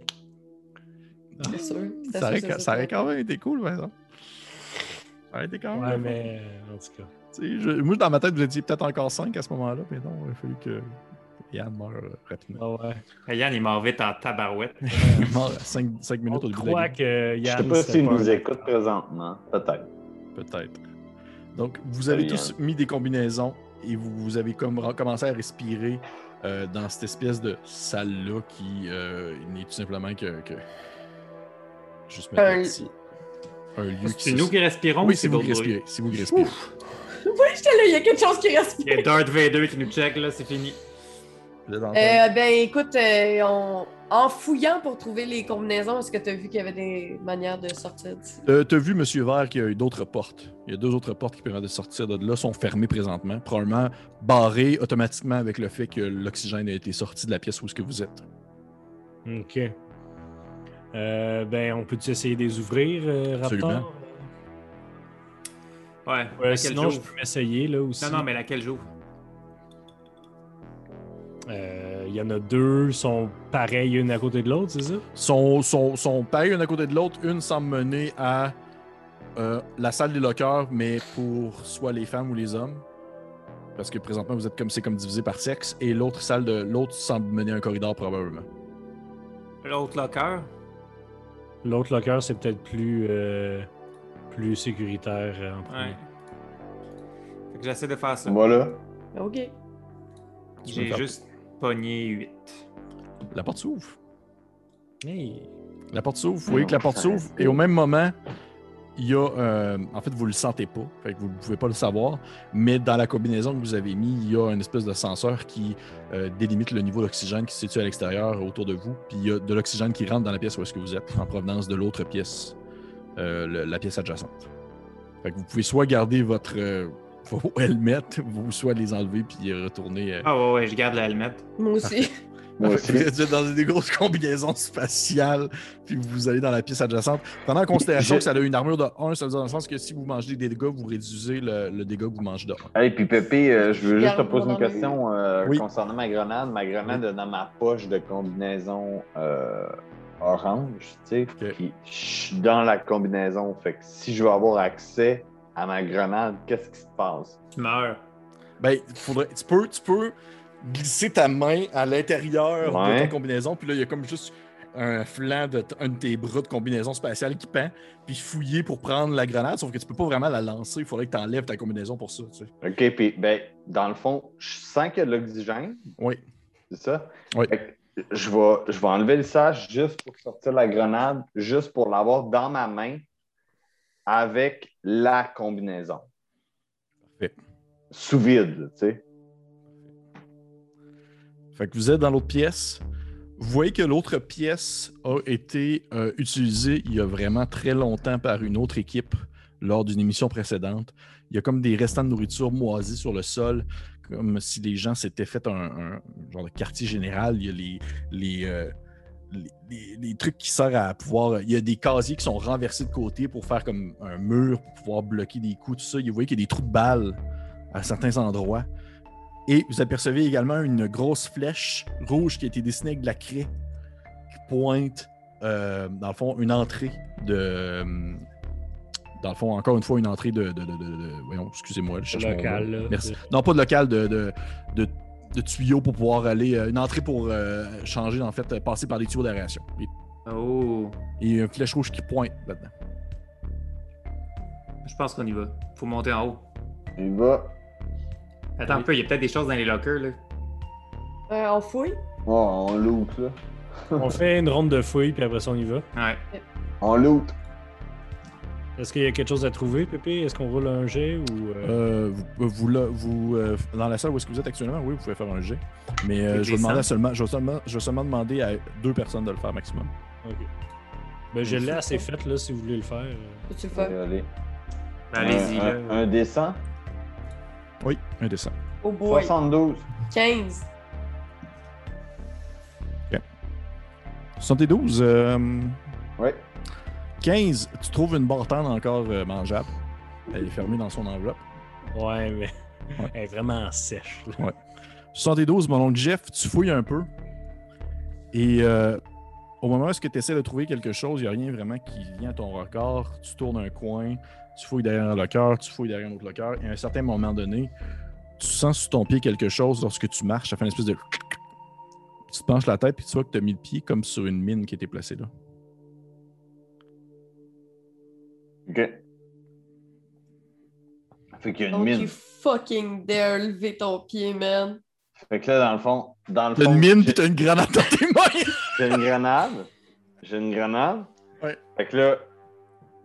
C'est sûr. C'est Ça aurait, sûr, c'est ça aurait sûr. quand même été cool, par exemple. Ça aurait été quand même. Ouais, le fun. mais en tout cas. Tu sais, je- moi, dans ma tête, vous étiez peut-être encore cinq à ce moment-là, mais non, il a fallu que Yann meure euh, rapidement. Ah ouais. Hey, euh, Yann, il mort vite en tabarouette. Il meurt à cinq, cinq minutes au On début de la croit game. que Je Yann. sais pas serait s'il pas nous un- écoute présentement. Peut-être. peut-être. Donc, vous avez Salut, tous mis des combinaisons et vous, vous avez comme ra- commencé à respirer euh, dans cette espèce de salle-là qui euh, n'est tout simplement que. que- Juste mettre Un- un, petit- un lieu C'est se- nous qui respirons ou Oui, c'est vous d'autres qui bruits? respirez. C'est vous qui respirez. Oui, j'étais là, il y a quelque chose qui reste. Il y a Darth Vader qui nous check, là, c'est fini. Vous êtes en train- Euh, ben écoute, euh, on- en fouillant pour trouver les combinaisons, est-ce que tu as vu qu'il y avait des manières de sortir d'ici? Euh, T'as vu, Monsieur Vert, qu'il y a eu d'autres portes. Il y a deux autres portes qui permettent de sortir de là, sont fermées présentement, probablement barrées automatiquement avec le fait que l'oxygène a été sorti de la pièce où ce que vous êtes. Ok. Euh, ben, on peut-tu essayer de les ouvrir, euh, Absolument. Raptor? Ouais. Ouais, laquelle sinon, je j'ouvre? peux m'essayer, là aussi. Non, non, mais laquelle j'ouvre? Euh, Il y en a deux, sont pareilles une à côté de l'autre, c'est ça? sont, sont, sont pareils une à côté de l'autre. Une semble mener à euh, la salle des lockers, mais pour soit les femmes ou les hommes. Parce que présentement, vous êtes comme c'est comme divisé par sexe. Et l'autre salle de l'autre semble mener à un corridor probablement. L'autre locker? L'autre locker, c'est peut-être plus, euh, plus sécuritaire euh, en premier. Ouais. Fait que J'essaie de faire ça. Voilà. Ok. Tu veux J'ai faire- juste pogné 8. La porte s'ouvre. Hey. La porte s'ouvre, vous Ah voyez non, que la porte ça s'ouvre, reste. et au même moment, il y a. euh, en fait, vous le sentez pas, fait que vous ne pouvez pas le savoir, mais dans la combinaison que vous avez mis, il y a une espèce de senseur qui euh, délimite le niveau d'oxygène qui se situe à l'extérieur, autour de vous, puis il y a de l'oxygène qui rentre dans la pièce où est-ce que vous êtes, en provenance de l'autre pièce, euh, le- la pièce adjacente. Fait que vous pouvez soit garder votre. euh, vos helmets, ou soit les enlever puis euh, retourner. euh, Ah ouais, ouais, je garde la helmette. Moi aussi. Moi Fait aussi. que Vous êtes dans des grosses combinaisons spatiales, puis vous allez dans la pièce adjacente. Prenant en considération Je- que ça a une armure de 1, ça veut dire dans le sens que si vous mangez des dégâts, vous réduisez le, le dégât que vous mangez de 1. Hey, puis Pépé, euh, je veux juste te Regarde, poser mon une ami. question euh, Oui. concernant ma grenade. Ma grenade est dans ma poche de combinaison euh, orange, tu sais. Ok. Puis je suis dans la combinaison. Fait que si je veux avoir accès à ma grenade, qu'est-ce qui se passe? Tu meurs. Ben, faudrait, tu, peux, tu peux glisser ta main à l'intérieur de Ouais. ta combinaison, puis là, il y a comme juste un flanc de t- un de tes bras de combinaison spatiale qui pend, puis fouiller pour prendre la grenade, sauf que tu peux pas vraiment la lancer. Il faudrait que tu enlèves ta combinaison pour ça. tu sais. OK, puis ben, dans le fond, je sens qu'il y a de l'oxygène, Oui. c'est ça? Oui. Fait que je vais, je vais enlever le sac juste pour sortir la grenade, juste pour l'avoir dans ma main avec la combinaison. Parfait. Sous vide, tu sais. Fait que vous êtes dans l'autre pièce. Vous voyez que l'autre pièce a été euh, utilisée il y a vraiment très longtemps par une autre équipe lors d'une émission précédente. Il y a comme des restants de nourriture moisis sur le sol, comme si les gens s'étaient fait un, un genre de quartier général. Il y a les, les, euh, les- les- les trucs qui servent à pouvoir. Il y a des casiers qui sont renversés de côté pour faire comme un mur, pour pouvoir bloquer des coups, tout ça. Vous voyez qu'il y a des trous de balles à certains endroits. Et vous apercevez également une grosse flèche rouge qui a été dessinée avec de la craie qui pointe, euh, dans le fond, une entrée de. Dans le fond, encore une fois, une entrée de. de- de- de- de- voyons, excusez-moi, je cherche mon Local, mot. là. Merci. Non, pas de local, de, de, de- de tuyaux pour pouvoir aller. euh, une entrée pour euh, changer, en fait, euh, passer par des tuyaux d'aération. Et- Oh. Et il y a une flèche rouge qui pointe là-dedans. Je pense qu'on y va. Faut monter en haut. Il va. Attends un peu, il y a peut-être des choses dans les lockers, là. Euh, on fouille? Oh, on loot, là. On fait une ronde de fouilles, puis après ça, on y va. Ouais. On loot. Est-ce qu'il y a quelque chose à trouver, Pépé? Est-ce qu'on roule un jet ou. euh, Euh, vous, vous, là- vous, euh, dans la salle où est-ce que vous êtes actuellement, oui, vous pouvez faire un jet. Mais euh, Avec je, vais les demander à cendres. seulement, je, vais seulement, je vais seulement demander à deux personnes de le faire maximum. ok. Ben, je On l'ai fait assez ça. faite, là, si vous voulez le faire. Peux-tu le faire? Allez, allez. Ben, Allez-y, Un- Un, là. un descend. Oui, indécent. Oh boy. 72. 15. 72, euh, Ouais. 15, tu trouves une barre tendre encore euh, mangeable. Elle est fermée dans son enveloppe. Ouais, mais. Ouais. Elle est vraiment sèche, là. 72, mon oncle Jeff, tu fouilles un peu. Et euh, au moment où est-ce que tu essaies de trouver quelque chose, il n'y a rien vraiment qui vient à ton record. Tu tournes un coin, tu fouilles derrière un locker, tu fouilles derrière un autre locker. Et à un certain moment donné, tu sens sous ton pied quelque chose lorsque tu marches. Ça fait une espèce de... Puis tu te penches la tête, puis tu vois que tu as mis le pied comme sur une mine qui était placée là. OK. Fait qu'il y a une Donc, mine. you fucking dare lever ton pied, man. Fait que là, dans le fond, dans le T'as fond, une mine, j'ai- puis t'as une grenade dans tes mains! j'ai une grenade. J'ai une grenade. Ouais. Fait que là,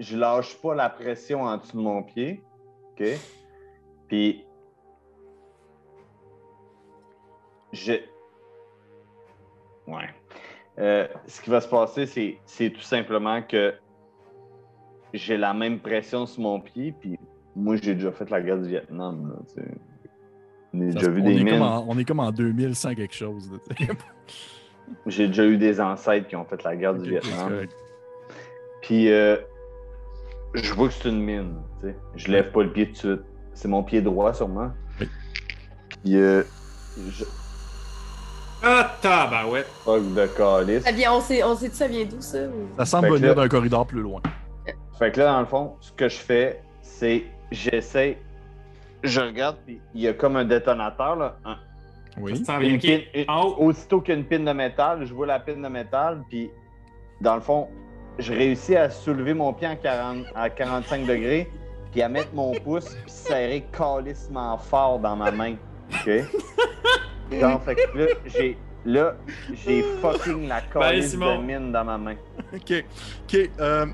je lâche pas la pression en dessous de mon pied. OK? Puis, je... Ouais. Euh, ce qui va se passer, c'est- c'est tout simplement que j'ai la même pression sur mon pied, puis moi, j'ai déjà fait la guerre du Vietnam. Là, tu sais. J'ai Ça déjà se- vu on, des est comme mines. en, on est comme en 2100 quelque chose. là, t'sais. J'ai déjà eu des ancêtres qui ont fait la guerre Ok, du ok, c'est Vietnam. correct. Puis euh, je vois que c'est une mine. tu sais. Je lève pas le pied tout de suite. C'est mon pied droit sûrement. Oui. Puis euh, je Ah, tabarouette. fuck de calice. Ça vient, on sait, on sait ça vient d'où, ça? ou- Ça semble Fait que venir là- d'un corridor plus loin. Fait que là, dans le fond, ce que je fais, c'est j'essaie. Je regarde, puis il y a comme un détonateur, là. un- Oui. Ça s'en vient. une pin- Ah, Ok. une- En haut. aussitôt qu'il y a une pine de métal, je vois la pine de métal, puis dans le fond, je réussis à soulever mon pied en 40 à 45 degrés, puis à mettre mon pouce, puis serrer calissement fort dans ma main. OK? Genre, fait que là, j'ai. Là, j'ai fucking la Ben, calisse Simon. de mine dans ma main. Ok. Ok. euh,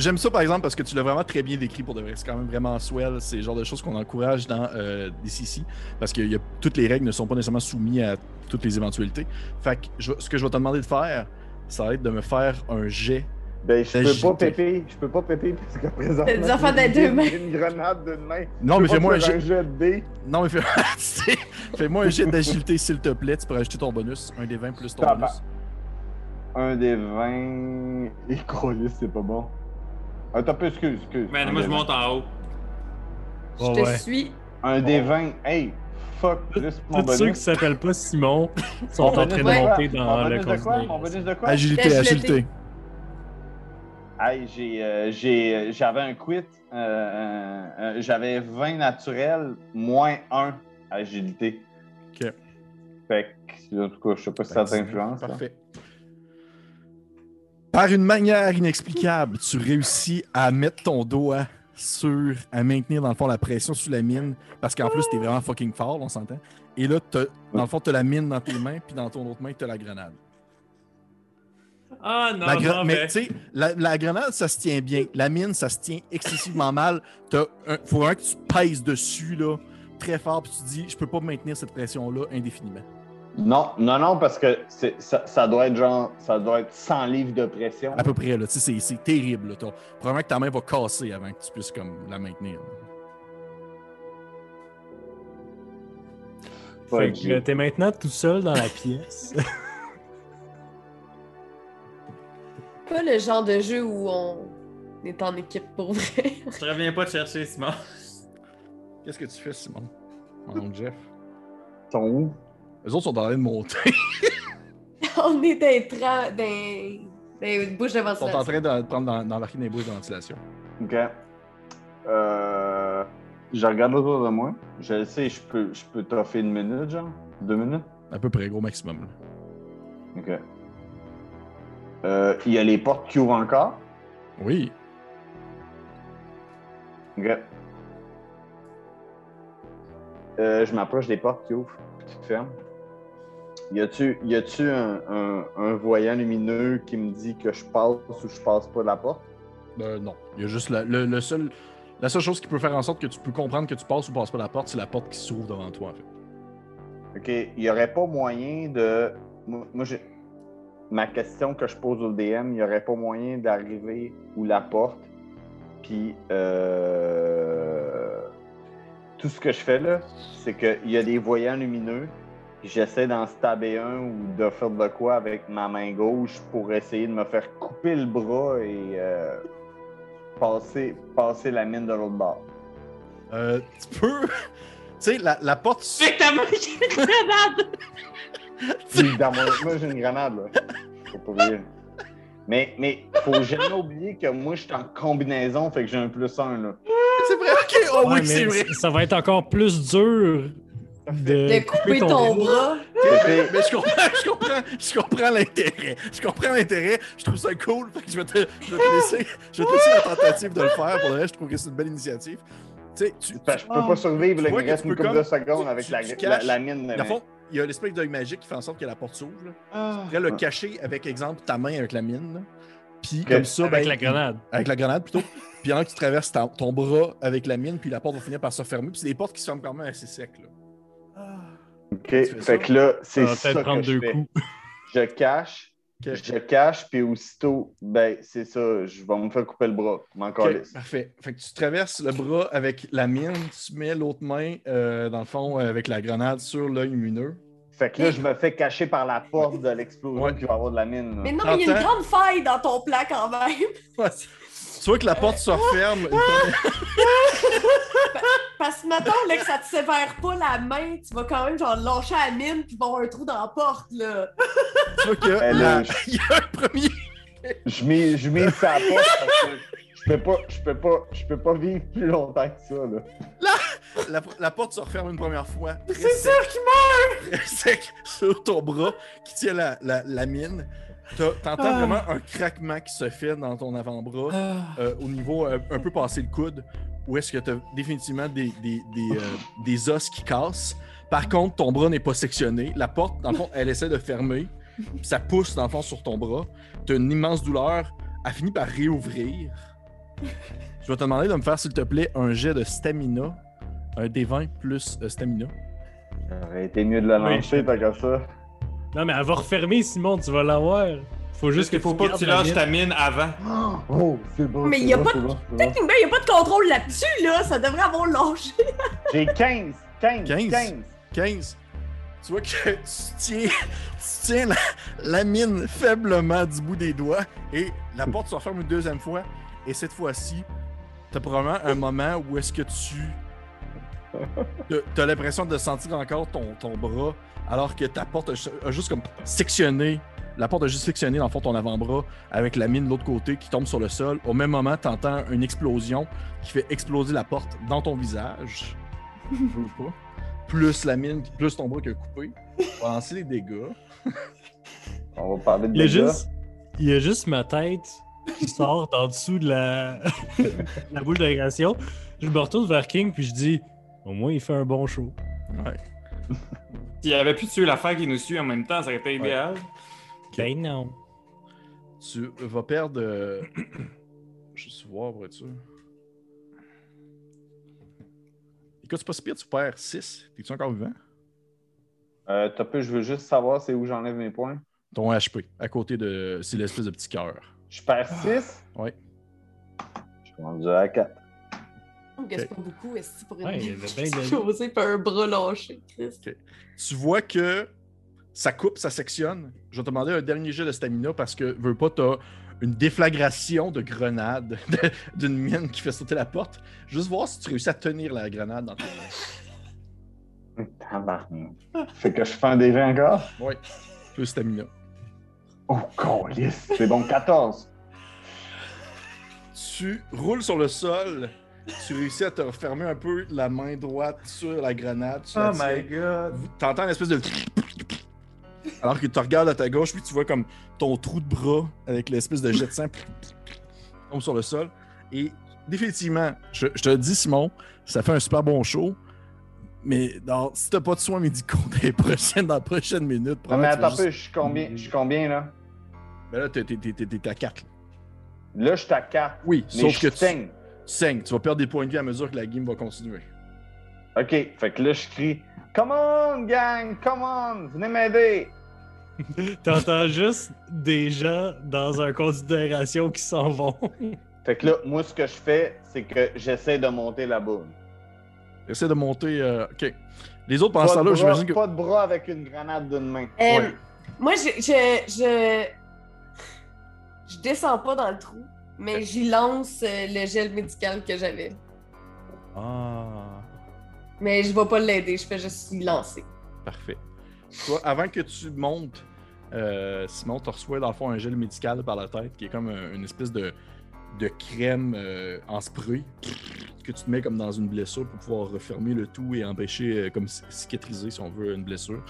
J'aime ça, par exemple, parce que tu l'as vraiment très bien décrit pour de vrai. C'est quand même vraiment swell. C'est le genre de choses qu'on encourage dans euh, des CC. Parce que y a- toutes les règles ne sont pas nécessairement soumises à toutes les éventualités. Fait que je- ce que je vais te demander de faire, ça va être de me faire un jet. Ben, je peux D'agilité. pas pépé, je peux pas pépé, parce que présent. T'as des enfants dans deux mains. Une grenade d'une main. Non, mais fais-moi un Je peux pas jet. te faire un jet de dés. Non, mais fais- c'est- fais-moi un jet d'agilité, s'il te plaît. Tu peux ajouter ton bonus. Un des 20 plus ton Ça va. bonus. Un des 20. Et calisse, c'est pas bon. Un peu, excuse, excuse. Ben, Un moi, je des monte en haut. Je Oh, te ouais. suis. Un des 20. Hey, fuck, juste mon Tous bonus. ceux qui s'appellent pas Simon sont en train Ouais. de monter Mon dans bonus le de quoi? Mon conteneur. bonus de quoi? Agilité, Agilité. agilité. Hey, j'ai, euh, j'ai, euh, j'avais un quit. euh, euh, euh, j'avais 20 naturels, moins 1 agilité. Ok. Fait que, en tout cas, je sais pas si ça t'influence. hein. là. Parfait. Par une manière inexplicable, tu réussis à mettre ton doigt sur, à maintenir dans le fond la pression sur la mine, parce qu'en plus, t'es vraiment fucking fort, on s'entend. Et là, t'as- dans le fond, t'as la mine dans tes mains, puis dans ton autre main, t'as la grenade. Ah non, La gra- non, mais mais- tu sais, la, la grenade, ça se tient bien. La mine, ça se tient excessivement mal. T'as un- faut vraiment que tu pèses dessus, là, très fort, puis tu dis, je peux pas maintenir cette pression-là indéfiniment. Non, non, non, parce que c'est, ça, ça doit être genre, ça doit être 100 livres de pression. Ah. À peu près, là. Tu sais, c'est- c'est terrible, là. T'as- Probablement que ta main va casser avant que tu puisses, comme, la maintenir. Fait que euh, t'es maintenant tout seul dans la pièce. Pas le genre de jeu où on est en équipe pour vrai. Je te reviens pas te chercher, Simon. Qu'est-ce que tu fais, Simon? Mon Jeff. sont où? Les autres sont en train de monter. on est d'un train, d'un. d'un bouche de Ils sont en ventilation. train de prendre dans, dans l'arcade des bouches de ventilation. OK. Euh, je regarde autour de moi. Je le sais, je peux, je peux t'offrir une minute, genre? Deux minutes? À peu près, gros maximum. là. OK. Euh, Il y a les portes qui ouvrent encore. Oui. OK. Euh, je m'approche des portes qui ouvrent puis qui ferment. Y a-tu, y a-tu un, un- un voyant lumineux qui me dit que je passe ou je passe pas la porte? Euh, non. Il y a juste la, le, le seul, la seule chose qui peut faire en sorte que tu peux comprendre que tu passes ou passes pas la porte, c'est la porte qui s'ouvre devant toi, en fait. OK. Il y aurait pas moyen de. Moi, moi, j'ai- ma question que je pose au DM, il y aurait pas moyen d'arriver où la porte. Puis, euh, tout ce que je fais là, c'est qu'il y a des voyants lumineux. puis J'essaie d'en stabber un ou de faire de quoi avec ma main gauche pour essayer de me faire couper le bras et euh, passer, passer la mine de l'autre bord. Euh, tu peux... tu sais, la, la porte... Fais que ta main, j'ai une grenade! Puis dans mon moi j'ai une grenade là. Faut pas oublier. Mais, mais faut jamais oublier que moi je suis en combinaison, fait que j'ai un plus un là. C'est vrai, OK! Oh oui, Ouais, mais c'est vrai! c- Ça va être encore plus dur de, De couper ton bras. Pépé, Mais je comprends, je comprends, je comprends l'intérêt. Je comprends l'intérêt. Je trouve ça cool. Fait que je vais te, je vais te laisser, je vais te laisser la tentative de le faire. Pour le reste, je trouve que c'est une belle initiative. Tu sais, tu, parce que je peux pas survivre, Ah. là, Tu vois il que reste tu une peux couple de comme- secondes avec tu- la, tu la, caches. la mine. dans le fond, il y a l'espèce d'œil magique qui fait en sorte que la porte s'ouvre. là. Après, le cacher avec, exemple, ta main avec la mine. là. Puis, Ok. comme ça, avec ben, la grenade. Avec la grenade, plutôt. Puis, alors que tu traverses ta- ton bras avec la mine, puis la porte va finir par se fermer. Puis, c'est des portes qui se ferment quand même assez sec. Là. Ok, fais ça. fait que là, Ça c'est va ça peut-être que prendre je deux fais. coups. Je cache, Ok. je cache, puis aussitôt, ben c'est ça, je vais me faire couper le bras. M'en Ok, calisse. parfait. Fait que tu traverses le bras avec la mine, tu mets l'autre main, euh, dans le fond, euh, avec la grenade sur l'œil lumineux. Fait que là, je me fais cacher par la porte de l'explosion Ouais. qui va avoir de la mine. Mais là. non, mais il y a une T'entends? grande faille dans ton plat quand même. Tu vois que la porte se referme. une première- Parce que mettons là, que ça te sévère pas la main, tu vas quand même genre lâcher la mine puis avoir un trou dans la porte là. Tu vois que Ben là, la- il y a un premier. Je mets, je mets ça à la porte parce que je peux pas, je peux pas, je peux pas vivre plus longtemps que ça là. la, la porte se referme une première fois. C'est sûr qu'il meurt! sec sur ton bras qui tient la, la- la mine. T'as- T'entends Ah. vraiment un craquement qui se fait dans ton avant-bras Ah. euh, au niveau euh, un peu passé le coude, où est-ce que tu as définitivement des, des, des, euh, des os qui cassent. Par contre, ton bras n'est pas sectionné. La porte, dans le fond, elle essaie de fermer. Puis Ça pousse, dans le fond, sur ton bras. Tu as une immense douleur. Elle finit par réouvrir. Je vais te demander de me faire, s'il te plaît, un jet de stamina. Un D20 plus euh, stamina. Ça aurait été mieux de la Oui. lancer, tant qu'à ça. Non, mais elle va refermer, Simon, tu vas l'avoir. Faut juste Juste que qu'il faut tu pas que gardes tu la lâches mienne. ta mine avant. Oh, c'est bon. Mais c'est y a bon, pas c'est bon, c'est bon. Techniquement, il n'y a pas de contrôle là-dessus, là. Ça devrait avoir lâché. J'ai 15, 15, 15. 15. 15. Tu vois que tu tiens, tu tiens la, la mine faiblement du bout des doigts et la porte se referme une deuxième fois. Et cette fois-ci, t'as probablement un moment où est-ce que tu. t'as- T'as l'impression de sentir encore ton, ton bras alors que ta porte a, ju- a juste comme sectionné. La porte a juste sectionné dans le fond ton avant-bras avec la mine de l'autre côté qui tombe sur le sol. Au même moment, t'entends une explosion qui fait exploser la porte dans ton visage. Je veux pas plus la mine, puis plus ton bras qui a coupé. On va lancer les dégâts. On va parler de Il y a dégâts. juste, il y a juste ma tête qui sort d'en dessous de la, de la boule d'agression. Je me retourne vers King puis je dis au moins il fait un bon show. Ouais. S'il avait pu tuer l'affaire qui nous suit en même temps, ça aurait été idéal. Ben non. Tu vas perdre. euh, Je sais voir, pour être sûr. Écoute, c'est pas si pire, tu perds 6. T'es-tu encore vivant? Euh, t'as peu, je veux juste savoir c'est où j'enlève mes points. Ton HP, à côté de. C'est l'espèce de petit cœur. Je perds 6. Ah, Ouais. Je suis rendu à 4. Donc, C'est pas beaucoup, est-ce que pour une Ouais, il y avait bien de- chose, pas un bras lâché, Chris. Tu vois que ça coupe, ça sectionne. Je vais te demander un dernier jet de stamina parce que, veux pas, t'as une déflagration de grenade de- d'une mine qui fait sauter la porte. Juste voir si tu réussis à tenir la grenade dans tes mains. Tabarnak. Fait que je fais un dégât encore. Oui. Plus stamina. Oh, calice. C'est bon, 14. Tu roules sur le sol. Tu réussis à te refermer un peu la main droite sur la grenade. Tu la Oh my tiens. god. T'entends une espèce de. Alors que tu regardes à ta gauche, puis tu vois comme ton trou de bras avec l'espèce de jet de sang tombe sur le sol. Et définitivement, je, je te le dis, Simon, ça fait un super bon show. Mais dans- si t'as pas de soins médicaux dans les prochaines, dans les prochaines minutes, Non, mais probablement, tu vas attends un peu, juste- je suis combien, je suis combien là? Ben là, t'es- t'es- t'es t'es à 4. Là, je suis à 4. Oui, Mais sauf je que tu- saigne. 5. Tu vas perdre des points de vie à mesure que la game va continuer. Ok, fait que là, je crie Come on, gang, come on, venez m'aider. T'entends juste des gens dans un considération qui s'en vont. Fait que là, moi, ce que je fais, c'est que j'essaie de monter la boule. Essaie de monter. euh, Ok. Les autres, pendant Pas, ce de temps-là, bras, j'imagine que. pas de bras avec une grenade d'une main. Euh, Ouais. Moi, je, je, je. je descends pas dans le trou, mais j'y lance euh, le gel médical que j'avais. Ah, Mais je vais pas l'aider, je fais juste l'y lancer. parfait. Toi, avant que tu montes, euh, Simon, tu reçois dans le fond un gel médical par la tête qui est comme un- une espèce de, de crème euh, en spray que tu te mets comme dans une blessure pour pouvoir refermer le tout et empêcher, euh, comme ci- cicatriser si on veut, une blessure.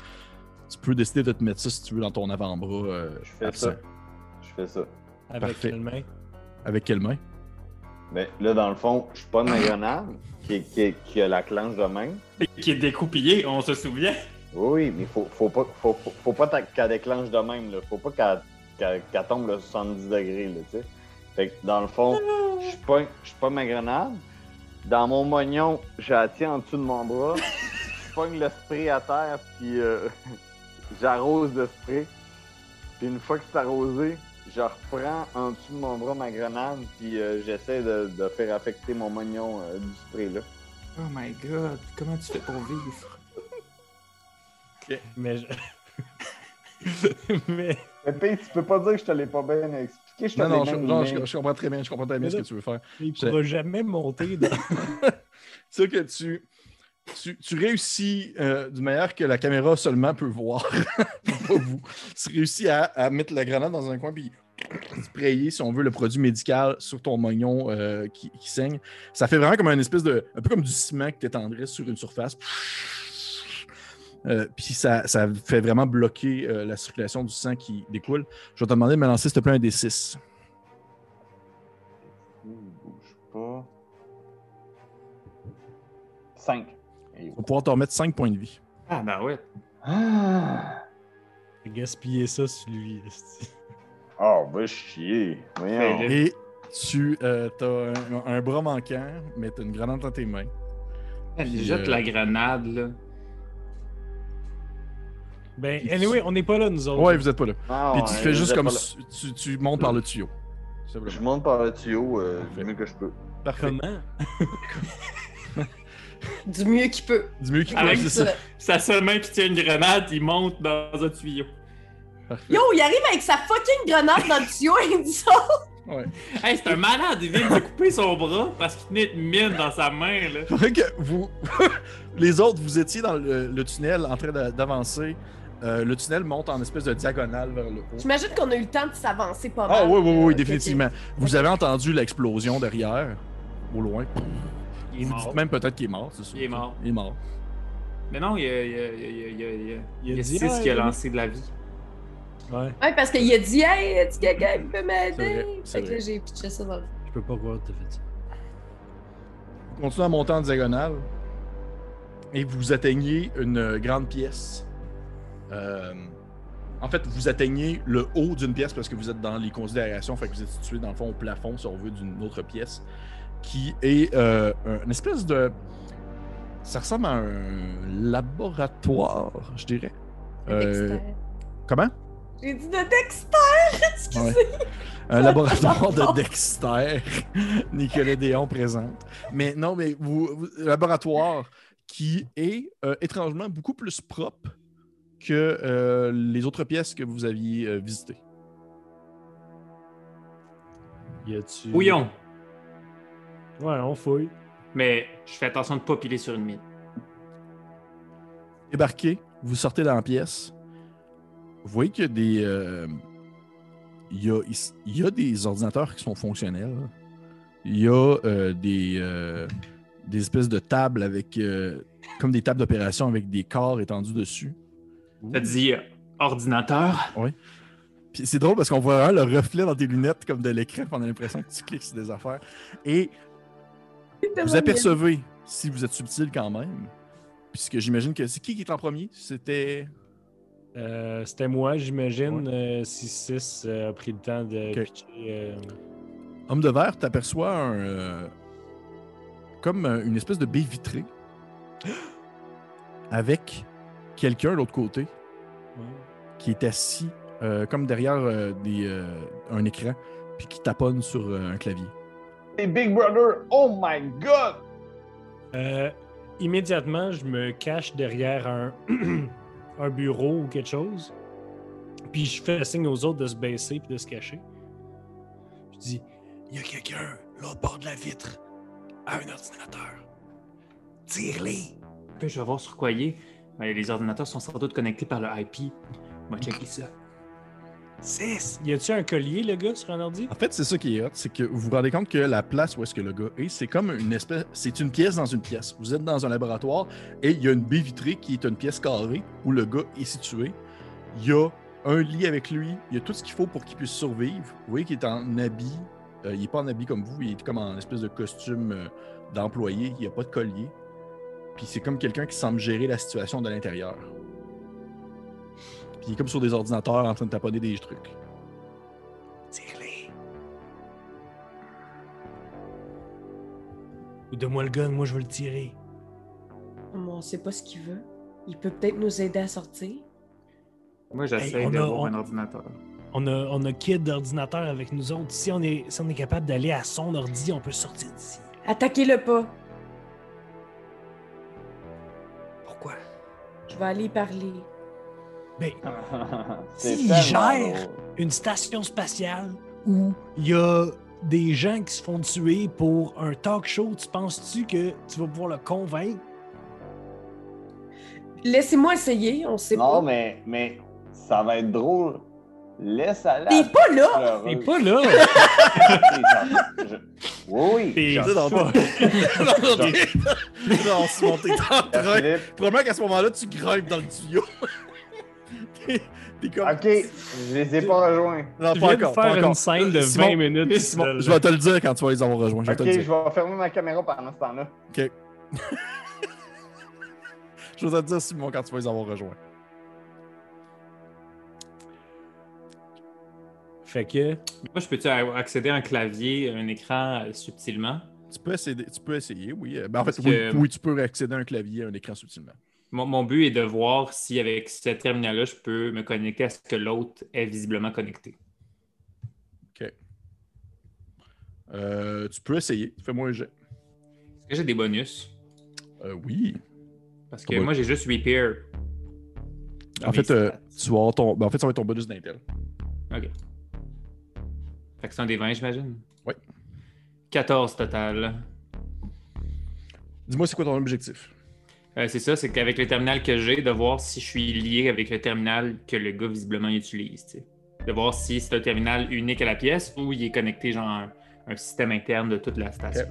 Tu peux décider de te mettre ça si tu veux dans ton avant-bras. euh, Je fais absent. ça. Je fais ça. Avec Parfait. quelle main? Avec quelle main Mais Ben, là, dans le fond, je suis pas de ma grenade qui, qui, qui a la clenche de main. Qui est découpillé, on se souvient. Oui, oui, mais faut, faut pas, faut, faut- faut pas ta- qu'elle déclenche de même, là. Faut pas qu'elle qu'elle- qu'elle tombe à 70 degrés, là, tu sais. Fait que dans le fond, je pogne je pogne ma grenade. Dans mon moignon, je la tiens en dessous de mon bras. Je pogne le spray à terre, puis euh, j'arrose le spray. Puis une fois que c'est arrosé, je reprends en dessous de mon bras ma grenade, puis euh, j'essaie de, de faire affecter mon moignon euh, du spray, là. Oh my god, comment tu fais pour vivre? Mais je- Mais Pépé, tu peux pas dire que je te l'ai pas bien expliqué. Je te Non, l'ai non, je, même non, dit. je- je comprends très bien, je comprends très bien Mais ce que là- tu veux faire. il Je- pourra jamais monter dans. C'est que tu, tu, tu réussis euh, d'une manière que la caméra seulement peut voir, pas vous. Tu réussis à, à mettre la grenade dans un coin, puis sprayer, si on veut, le produit médical sur ton moignon euh, qui, qui saigne. Ça fait vraiment comme une espèce de. Un peu comme du ciment que tu étendrais sur une surface. Euh, Puis ça, ça fait vraiment bloquer euh, la circulation du sang qui découle. Je vais te demander de me lancer, s'il te plaît, un D6. Il bouge pas. 5. On va pouvoir te remettre 5 points de vie. Ah, ben ouais. Ah! Gaspiller ça sur lui. esti. Oh, va chier. Voyons. Fais-le. Et tu euh, as un, un bras manquant, mais tu as une grenade dans tes mains. Elle Puis, jette euh, la grenade, là. Ben, anyway, on n'est pas là, nous autres. Ouais, vous êtes pas là. Ah, Puis ouais, tu fais je juste sais comme pas là. su- tu, tu montes par le tuyau. tout Je simplement. monte par le tuyau euh, Parfait. du mieux que je peux. Parfait. Comment? Du mieux qu'il peut. Du mieux qu'il peut, Avec Ah c'est Ah, Ça. ça. Sa seule main qui tient une grenade, il monte dans un tuyau. Parfait. Yo, il arrive avec sa fucking grenade dans le tuyau et il dit ça. Hey, c'est un malade, il vient de couper son bras parce qu'il tenait une mine dans sa main, là. Faudrait que vous, les autres, vous étiez dans le, le tunnel en train d'a- d'avancer. Euh, le tunnel monte en espèce de diagonale vers le haut. J'imagine qu'on a eu le temps de s'avancer pas mal. Ah oui, oui, oui, Euh, ok, ok. définitivement. Vous avez entendu l'explosion derrière, au loin. Il est Vous vous dites mort. même peut-être qu'il est mort, c'est sûr. Il est mort. Il est mort. Mais non, il y a, il y a, il y a, il y a, il y a- il y a dit, six ah, qui a il- lancé de la vie. Ouais, Ouais, parce qu'il a dit, hey, est-ce que quelqu'un peut C'est vrai, m'aider? c'est Fait que là, vrai. j'ai pitché ça dans le. je peux pas croire que t'as fait ça. Vous continuez à monter en diagonale et vous atteignez une grande pièce. Euh, en fait, vous atteignez le haut d'une pièce parce que vous êtes dans les considérations, fait que vous êtes situé dans le fond au plafond, si on veut, d'une autre pièce, qui est euh, un- une espèce de... Ça ressemble à un laboratoire, je dirais. Le Euh, Dexter. comment? J'ai dit de Dexter! Excusez. Un laboratoire de Dexter, Nicolas Déon présente. Mais non, mais vous, vous- laboratoire qui est euh, étrangement beaucoup plus propre que euh, les autres pièces que vous aviez euh, visitées. Y a-tu. Bouillon. Ouais, on fouille. Mais je fais attention de pas piler sur une mine. Débarquez, vous sortez dans la pièce. Vous voyez qu'il y a des. euh, il, y a, il y a des ordinateurs qui sont fonctionnels. Il y a euh, des, euh, des espèces de tables avec. euh, comme des tables d'opération avec des corps étendus dessus. T'as dit euh, ordinateur? Puis c'est drôle parce qu'on voit vraiment le reflet dans tes lunettes comme de l'écran. puis On a l'impression que tu cliques sur des affaires. Et vous apercevez, si vous êtes subtil quand même, puisque j'imagine que c'est qui qui est en premier C'était. Euh, C'était moi, j'imagine, euh, si 6 a pris le temps de Ok. pitcher. euh, Homme de verre, t'aperçois un. euh, comme euh, une espèce de baie vitrée. avec quelqu'un de l'autre côté ouais. qui est assis euh, comme derrière euh, des, euh, un écran, puis qui taponne sur euh, un clavier. Hey, Big Brother, oh my god! Euh, immédiatement, je me cache derrière un, un bureau ou quelque chose. Puis je fais signe aux autres de se baisser puis de se cacher. Je dis Il y a quelqu'un, l'autre bord de la vitre, à un ordinateur. Tire-les. Ben, je vais voir sur quoi il est. Ben, les ordinateurs sont sans doute connectés par le IP. On va checker ça. 6. Y a-tu un collier, le gars, sur un ordi En fait, c'est ça qui est hot, c'est que vous vous rendez compte que la place où est-ce que le gars est, c'est comme une espèce, c'est une pièce dans une pièce. Vous êtes dans un laboratoire et il y a une baie vitrée qui est une pièce carrée où le gars est situé. Il y a un lit avec lui, il y a tout ce qu'il faut pour qu'il puisse survivre. Vous voyez qu'il est en habit, euh, il n'est pas en habit comme vous, il est comme en espèce de costume euh, d'employé, il n'y a pas de collier. Puis c'est comme quelqu'un qui semble gérer la situation de l'intérieur. Puis il est comme sur des ordinateurs en train de taponner des trucs. Tire-les. Ou donne-moi le gun, moi je veux le tirer. Mais on sait pas ce qu'il veut. Il peut peut-être nous aider à sortir. Moi, j'essaie Hey, on de a- voir on- un ordinateur. On a, on a Kid d'ordinateur avec nous autres. Si on est, si on est capable d'aller à son ordi, on peut sortir d'ici. Attaquez-le pas. Pourquoi? Je vais aller y parler. Ben, C'est Si, tellement gère. drôle. une station spatiale où il y a des gens qui se font tuer pour un talk show, tu penses-tu que tu vas pouvoir le convaincre? Laissez-moi essayer, on sait Non, pas. mais, mais ça va être drôle Laisse aller. T'es pas là! T'es pas là! Oui, oui. T'es- j'en Tu sais, dans- suis- non, Simon, t'es en train. Philippe, Probablement qu'à ce moment-là, tu grimpes dans le tuyau. t'es t'es comme. Ok, je les ai pas rejoints. Non, Tu pas viens de encore. pas faire encore. une scène de Simon, 20 minutes. Simon, de- je vais te le dire quand tu vas les avoir rejoints. Je vais Ok, te le je dire. vais fermer ma caméra pendant ce temps-là. Je vais te le dire, Simon, quand tu vas les avoir rejoints. Fait que. Moi, je peux-tu accéder à un clavier, à un écran euh, subtilement? Tu peux essayer, tu peux essayer oui. Euh, ben, en fait, Parce oui, que- oui, tu peux accéder à un clavier, à un écran subtilement. Mon, mon but est de voir si avec cette terminal-là, je peux me connecter à ce que l'autre est visiblement connecté. Euh, tu peux essayer. Fais-moi un jet. Est-ce que j'ai des bonus? Euh, oui. Parce que Ouais. moi, j'ai juste Repair. Ah bah. En fait, euh, tu vas avoir ton... ben, en fait, ça va être ton bonus d'Intel. Fait que c'est un des 20, j'imagine? Ouais. 14 total. Dis-moi, c'est quoi ton objectif? Euh, c'est ça, c'est qu'avec le terminal que j'ai, de voir si je suis lié avec le terminal que le gars visiblement utilise. tu sais. De voir si c'est un terminal unique à la pièce ou il est connecté genre à un, un système interne de toute la station.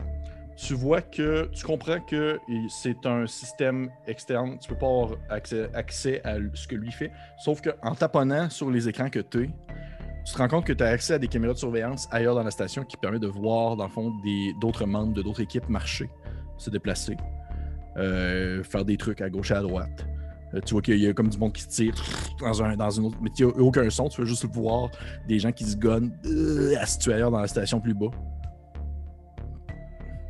Tu vois que tu comprends que il- c'est un système externe. Tu peux pas avoir accès, accès à l- ce que lui fait. Sauf qu'en taponnant sur les écrans que tu tu te rends compte que tu as accès à des caméras de surveillance ailleurs dans la station qui permet de voir, dans le fond, des- d'autres membres de d'autres équipes marcher, se déplacer, euh, faire des trucs à gauche et à droite. Euh, tu vois qu'il y a comme du monde qui se tire dans, un, dans une autre. Mais il n'y a aucun son. Tu veux juste voir des gens qui se gonnent euh, à se tuer ailleurs dans la station plus bas.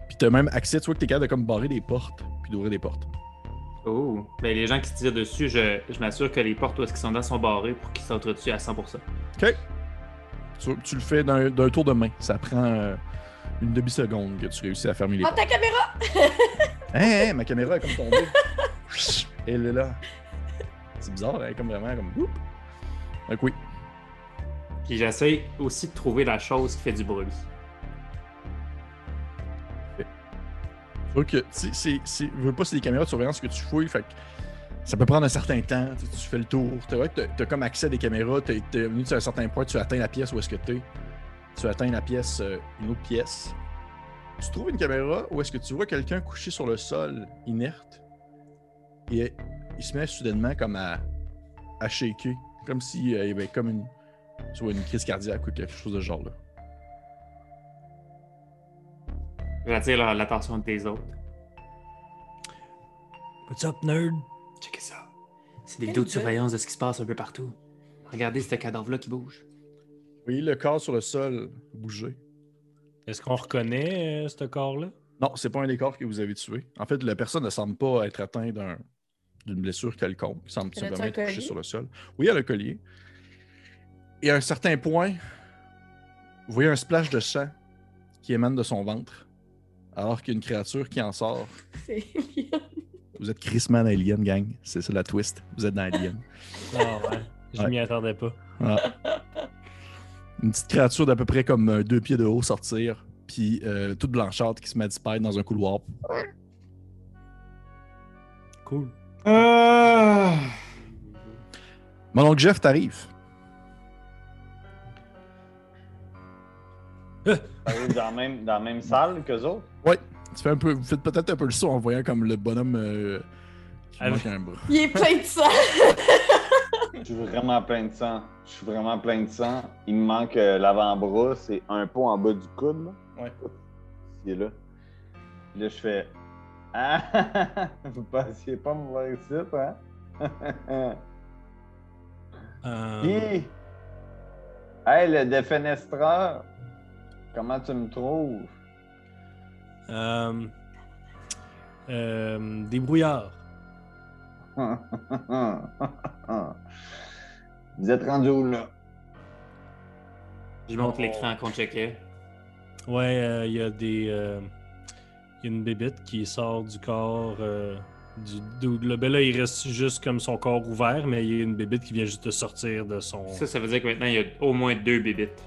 Puis t'as même accès, tu vois que t'es capable de comme barrer des portes, puis d'ouvrir des portes. Oh! Ben, les gens qui se tirent dessus, je, je m'assure que les portes où est-ce qu'ils sont dedans sont barrées pour qu'ils s'entretuent à 100%. Tu, tu le fais d'un d'un tour de main. Ça prend euh, une demi-seconde que tu réussis à fermer les Prends portes. ta caméra! Hein, hein, ma caméra est comme tombée. Elle est là. C'est bizarre, elle est comme vraiment comme. Oup. Donc oui. Puis j'essaie aussi de trouver la chose qui fait du bruit. Tu vois que c'est- c'est- c'est- je veux pas c'est des caméras de surveillance que tu fouilles, fait que ça peut prendre un certain temps, tu, tu fais le tour. Tu vois que tu as comme accès à des caméras, tu es, venu sur un certain point, tu atteins la pièce où est-ce que tu es. Tu atteins la pièce, euh, une autre pièce. Tu trouves une caméra où est-ce que tu vois quelqu'un couché sur le sol, inerte, et il se met soudainement comme à, à shaker, comme s'il euh, y avait comme une, soit une crise cardiaque ou quelque chose de ce genre-là. J'attire leur- l'attention des autres. What's up, nerd? Checkez ça. C'est Quel des vidéos de gars. surveillance de ce qui se passe un peu partout. Regardez ce cadavre-là qui bouge. Vous voyez le corps sur le sol bouger. Est-ce qu'on reconnaît euh, ce corps-là? Non, c'est pas un des corps que vous avez tué. En fait, la personne ne semble pas être atteinte d'un- d'une blessure quelconque. Il semble Elle a-tu simplement un être couchée collier? sur le sol. Oui, elle a un collier. Et à un certain point, vous voyez un splash de sang qui émane de son ventre, alors qu'il y a une créature qui en sort. C'est bien. Vous êtes Chrisman Alien, gang. C'est ça la twist. Vous êtes dans Alien. Ah ouais. Je Ouais. m'y attendais pas. une petite créature d'à peu près comme euh, deux pieds de haut sortir, puis euh, toute blanchâtre qui se met à disparaître dans un couloir. Cool. Mon oncle Jeff, t'arrives. T'arrives dans, la même- dans la même salle qu'eux autres? Tu fais un peu, vous faites peut-être un peu le saut en voyant comme le bonhomme euh, qui Avec- manque un bras. Il est plein de sang! Je suis vraiment plein de sang. Je suis vraiment plein de sang. Il me manque euh, l'avant-bras, c'est un pot en bas du coude. Là. Ouais. Il est là. Là, je fais. Ah! Vous pensiez pas me voir ici, hein? Euh, Puis, Hey, le défenestreur! Comment tu me trouves? euh, euh, débrouillard. Vous êtes rendu où, là? Je monte l'écran qu'on checkait. Ouais, euh, il y a des. euh, Il y a une bébête qui sort du corps euh, du dude. là. Ben là, il reste juste comme son corps ouvert, mais il y a une bébête qui vient juste de sortir de son. Ça, ça veut dire que maintenant, il y a au moins deux bébites.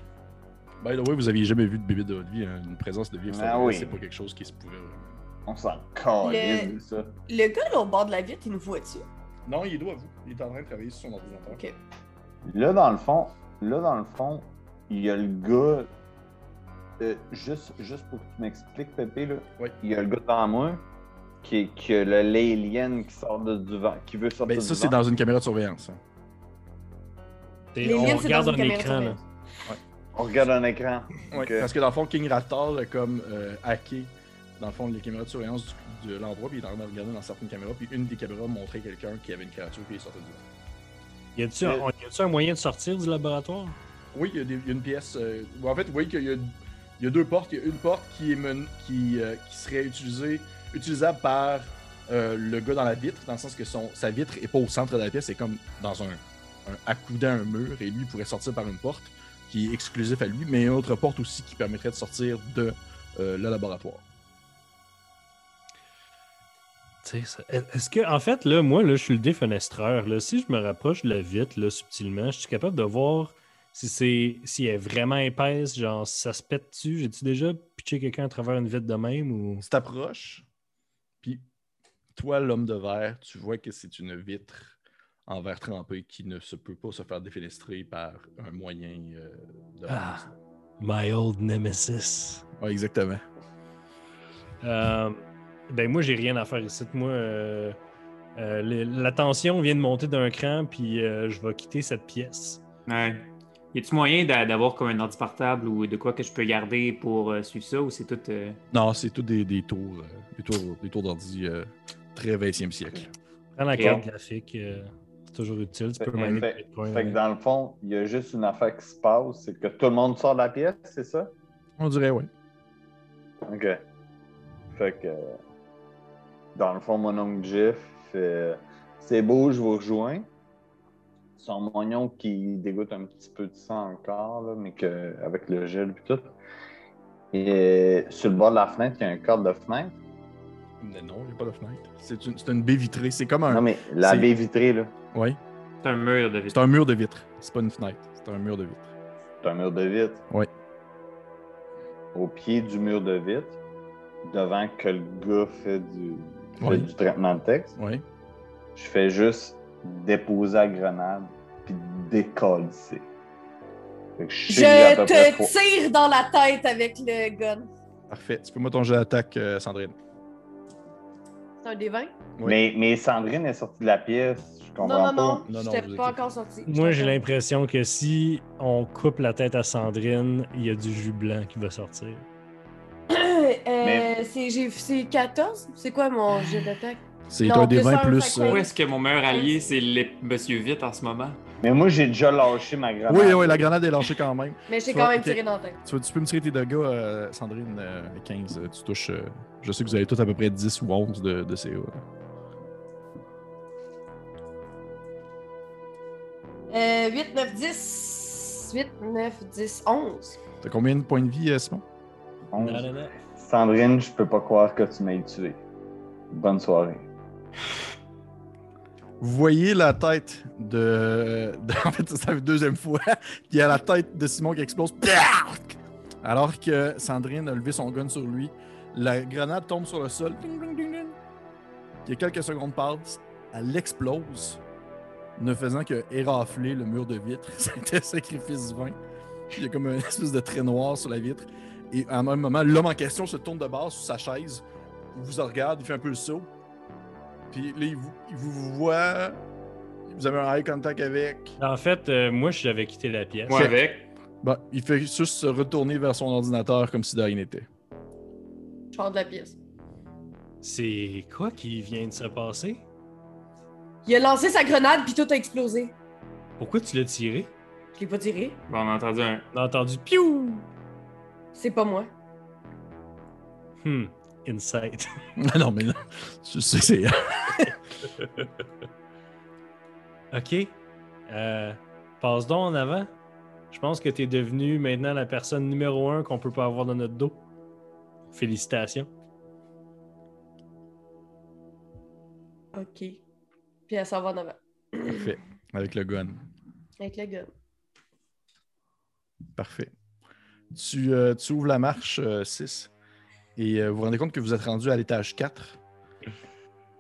By the way, vous aviez jamais vu de bébé de votre vie, hein, une présence de vie extérieure, Ah oui. c'est pas quelque chose qui se pouvait. euh. On s'en calisse Le- de ça. Le gars là au bord de la vitre, il nous voit-tu? Non, il est dos à vous. Il est en train de travailler sur son ordinateur. Ok. Là, dans le fond, là, dans le fond, il y a le gars. euh, juste, juste pour que tu m'expliques, Pépé, là, Oui. il y a le gars devant moi qui, qui a le- l'alien qui sort de, du vent, qui veut sortir Ben, du ça, c'est ventre. dans une caméra de surveillance. hein. T'es- Les on lignes, c'est regarde dans un une caméra écran, là. surveillance. On regarde un écran. Ok. Parce que dans le fond, King Raptor a comme euh, hacké dans le fond les caméras de surveillance du- de l'endroit, puis il est en train de regarder dans certaines caméras, puis une des caméras montrait quelqu'un qui avait une créature qui est sortie du ventre. Y a-tu un, on- y a-tu un moyen de sortir du laboratoire? Oui, il y a, des- il y a une pièce. euh, bon, en fait, vous voyez qu'il y, a- il y a deux portes. Il y a une porte qui, est men- qui, euh, qui serait utilisée, utilisable par euh, le gars dans la vitre, dans le sens que son, sa vitre est pas au centre de la pièce, c'est comme dans un, un accoudé à un mur, et lui il pourrait sortir par une porte qui est exclusive à lui, mais une autre porte aussi qui permettrait de sortir de euh, le laboratoire. Tu sais, ça- Est-ce que, en fait, là, moi, là, je suis le défenestreur. Là. Si je me rapproche de la vitre, là, subtilement, je suis capable de voir si c'est si elle est vraiment épaisse, genre, si ça se pète dessus. J'ai-tu déjà pitché quelqu'un à travers une vitre de même ou. Tu t'approches, puis toi, l'homme de verre, tu vois que c'est une vitre en verre trempé qui ne se peut pas se faire défenestrer par un moyen euh, de... Ah, my old nemesis. Ouais, exactement. Euh, ben, moi, j'ai rien à faire ici. Moi, euh, euh, le- la tension vient de monter d'un cran, puis euh, je vais quitter cette pièce. Ouais. Y a-tu moyen d'a- d'avoir comme un ordi portable ou de quoi que je peux garder pour euh, suivre ça ou c'est tout. euh, Non, c'est tout des, des tours, euh, des tours, des tours d'ordi euh, très 20e siècle. Prends la Et carte on- graphique, euh, c'est toujours utile. Tu Fait, peux miner fait- du Bitcoin fait euh. que avec. dans le fond, il y a juste une affaire qui se passe, c'est que tout le monde sort de la pièce, c'est ça? On dirait, ouais. Ok. Fait que. euh, Dans le fond, mon oncle Jeff fait C'est beau, je vous rejoins. Son moignon qui dégoûte un petit peu de sang encore, là, mais que, avec le gel et tout. Et sur le bord de la fenêtre, il y a un cadre de fenêtre. Mais non, il n'y a pas de fenêtre. C'est une, c'est une baie vitrée. C'est comme un. Non, mais la C'est- baie vitrée, là, Ouais. C'est un mur de C'est un mur de vitre. C'est pas une fenêtre. C'est un mur de vitre. c'est un mur de vitre. Ouais. Au pied du mur de vitre, devant que le gars fait du, fait Ouais. du traitement de texte. Ouais. Je fais juste déposer la grenade puis décoller. Fait que je sais à Je peu près trois- te tire dans la tête avec le gun. Parfait. Tu peux moi ton jeu d'attaque, euh, Sandrine. C'est un des 20? Oui. Mais, mais Sandrine est sortie de la pièce. Je comprends Non, non, pas. non. Non, Je non, t'ai vous pas inquiétez. encore sorti. Moi, j'ai l'impression que si on coupe la tête à Sandrine, il y a du jus blanc qui va sortir. Mais- Euh, c'est- j'ai- C'est 14? C'est quoi mon jet d'attaque? C'est Non, un des plus 20 un, plus. fait que- euh, Où est-ce que mon meilleur allié, c'est le- Monsieur Vite en ce moment? Mais moi, j'ai déjà lâché ma grenade. Oui, oui, la grenade est lancée quand même. Mais j'ai Tu quand vois, même ok. tiré dans la tête. Tu, veux- tu peux me tirer tes dégâts, euh, Sandrine, euh, 15. euh, tu touches. euh, je sais que vous avez tous à peu près 10 ou 11 de, de CA. Euh, 8, 9, 10. 8, 9, 10, 11. T'as combien de points de vie, euh, Simon Onze. Non, non, non. Sandrine, je peux pas croire que tu m'aies tué. Bonne soirée. Vous voyez la tête de. de- en fait, c'est la deuxième fois qu'il y a la tête de Simon qui explose. Plac! Alors que Sandrine a levé son gun sur lui, la grenade tombe sur le sol. Ding, ding, ding, ding. Il y a quelques secondes passent, elle explose, ne faisant que érafler le mur de vitre. C'était un sacrifice divin. Il y a comme une espèce de trait noir sur la vitre. Et à un même moment, l'homme en question se tourne de base sur sa chaise, il vous en regarde, il fait un peu le saut. Puis là, il vous, il vous voit. Vous avez un eye contact avec. En fait, euh, moi, j'avais quitté la pièce. Moi avec. Bon, Bah, il fait juste se retourner vers son ordinateur comme si de rien n'était. Je sors de la pièce. C'est quoi qui vient de se passer? Il a lancé sa grenade, puis tout a explosé. Pourquoi tu l'as tiré? Je l'ai pas tiré. Bon, on a entendu un. On a entendu piou! C'est pas moi. Hmm, insight. Ah non, mais là, je sais, c'est. OK. Euh, passe donc en avant. Je pense que tu es devenu maintenant la personne numéro un qu'on peut pas avoir dans notre dos. Félicitations. OK. Puis elle s'en va en avant. Parfait. Avec le gun. Avec le gun. Parfait. Tu, euh, tu ouvres la marche 6 et euh, vous vous rendez compte que vous êtes rendu à l'étage 4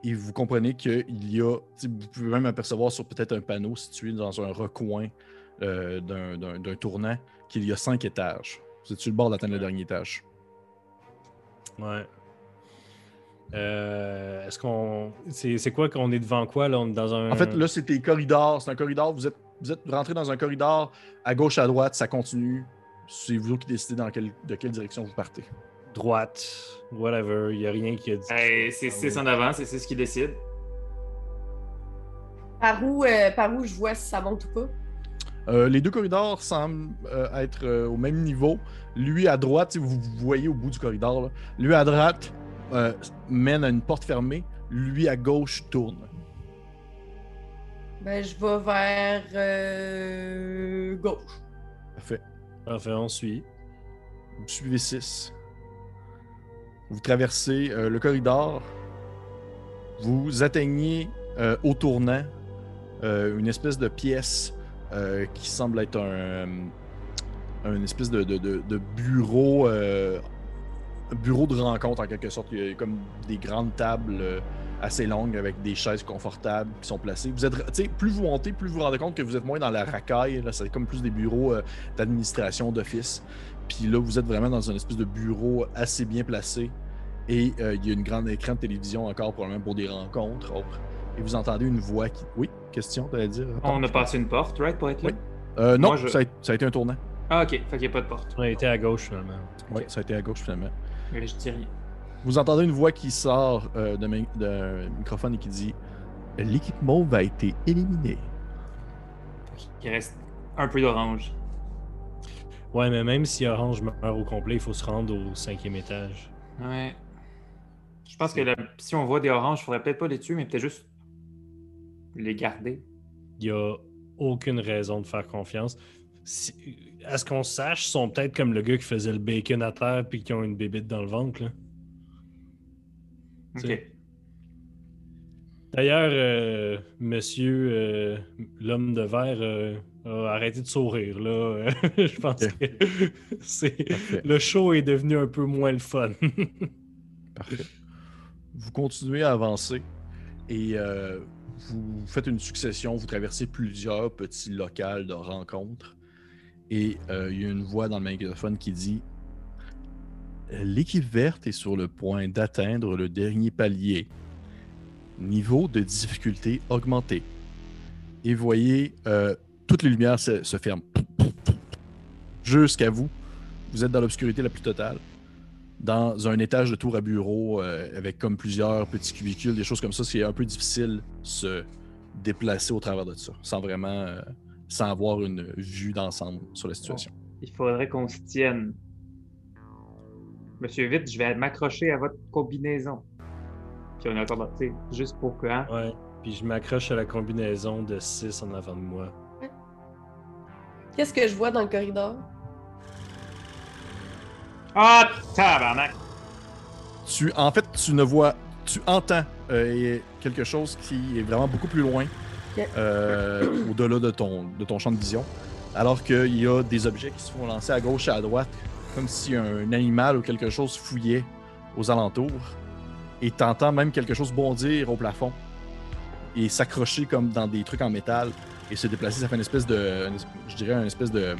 et vous comprenez qu'il y a, tu sais, vous pouvez même apercevoir sur peut-être un panneau situé dans un recoin euh, d'un- d'un d'un tournant qu'il y a cinq étages. Vous êtes sur le bord d'atteindre le dernier étage. Ouais. Euh, Est-ce qu'on. C'est c'est quoi qu'on est devant quoi là? On est dans un. En fait, là, c'est des corridors. C'est un corridor. Vous êtes, vous êtes rentré dans un corridor à gauche, à droite. Ça continue. C'est vous qui décidez dans quelle- de quelle direction vous partez. Droite, whatever, il a rien qui a dit. Hey, c'est 6 en avant, c'est 6 qui décide. Par où, euh, par où je vois si ça monte ou pas? Euh, les deux corridors semblent euh, être euh, au même niveau. Lui à droite, si vous vous voyez au bout du corridor, là, lui à droite euh, mène à une porte fermée. Lui à gauche tourne. Ben, je vais vers euh, gauche. Parfait. Parfait, on suit. Vous suivez 6. Vous traversez euh, le corridor. Vous atteignez euh, au tournant euh, une espèce de pièce euh, qui semble être un, euh, une espèce de, de- de- de bureau, euh, bureau de rencontre en quelque sorte. Il y a comme des grandes tables euh, assez longues avec des chaises confortables qui sont placées. Vous êtes, tu sais, plus vous montez, plus vous vous rendez compte que vous êtes moins dans la racaille. Là, c'est comme plus des bureaux euh, d'administration d'office. Puis là, vous êtes vraiment dans un espèce de bureau assez bien placé. Et euh, il y a une grande écran de télévision encore, probablement pour des rencontres autres. Et vous entendez une voix qui. Oui, question, t'allais dire. On a passé une porte, right, pour être là? Oui. Euh, non, Moi, je- ça, a, ça a été un tournant. Ah, ok, fait qu'il n'y a pas de porte. On a été à gauche finalement. Oui, ça a été à gauche finalement. Mais je dis rien. Vous entendez une voix qui sort euh, de mi- d'un microphone et qui dit L'équipe mauve a été éliminée. Il reste un peu d'orange. Ouais, mais même si Orange meurt au complet, il faut se rendre au cinquième étage. Ouais. Je pense que la- si on voit des oranges, il faudrait peut-être pas les tuer, mais peut-être juste les garder. Il n'y a aucune raison de faire confiance. Si- à ce qu'on sache, ils sont peut-être comme le gars qui faisait le bacon à terre puis qui ont une bébite dans le ventre. là. Ok. C'est- D'ailleurs, euh, monsieur euh, l'homme de verre euh, a arrêté de sourire. Là. Je pense Ok. que c'est- Parfait. le show est devenu un peu moins le fun. Parfait. Vous continuez à avancer et euh, vous faites une succession, vous traversez plusieurs petits locales de rencontres et euh, il y a une voix dans le microphone qui dit L'équipe verte est sur le point d'atteindre le dernier palier. Niveau de difficulté augmenté. Et voyez, euh, toutes les lumières se, se ferment. Jusqu'à vous. Vous êtes dans l'obscurité la plus totale dans un étage de tour à bureau euh, avec comme plusieurs petits cubicules, des choses comme ça, c'est un peu difficile se déplacer au travers de ça, sans vraiment, euh, sans avoir une vue d'ensemble sur la situation. Il faudrait qu'on se tienne. Monsieur Vite, je vais m'accrocher à votre combinaison. Puis on attend, tu sais, juste pour que. hein? Ouais. Puis je m'accroche à la combinaison de 6 en avant de moi. Qu'est-ce que je vois dans le corridor? Ah, tabarnak! Tu, en fait, tu ne vois, tu entends euh, et quelque chose qui est vraiment beaucoup plus loin, Ok. euh, au-delà de ton, de ton champ de vision, alors qu'il y a des objets qui se font lancer à gauche et à droite, comme si un animal ou quelque chose fouillait aux alentours, et t'entends même quelque chose bondir au plafond et s'accrocher comme dans des trucs en métal et se déplacer. Ça fait une espèce de, une es- je dirais, une espèce de,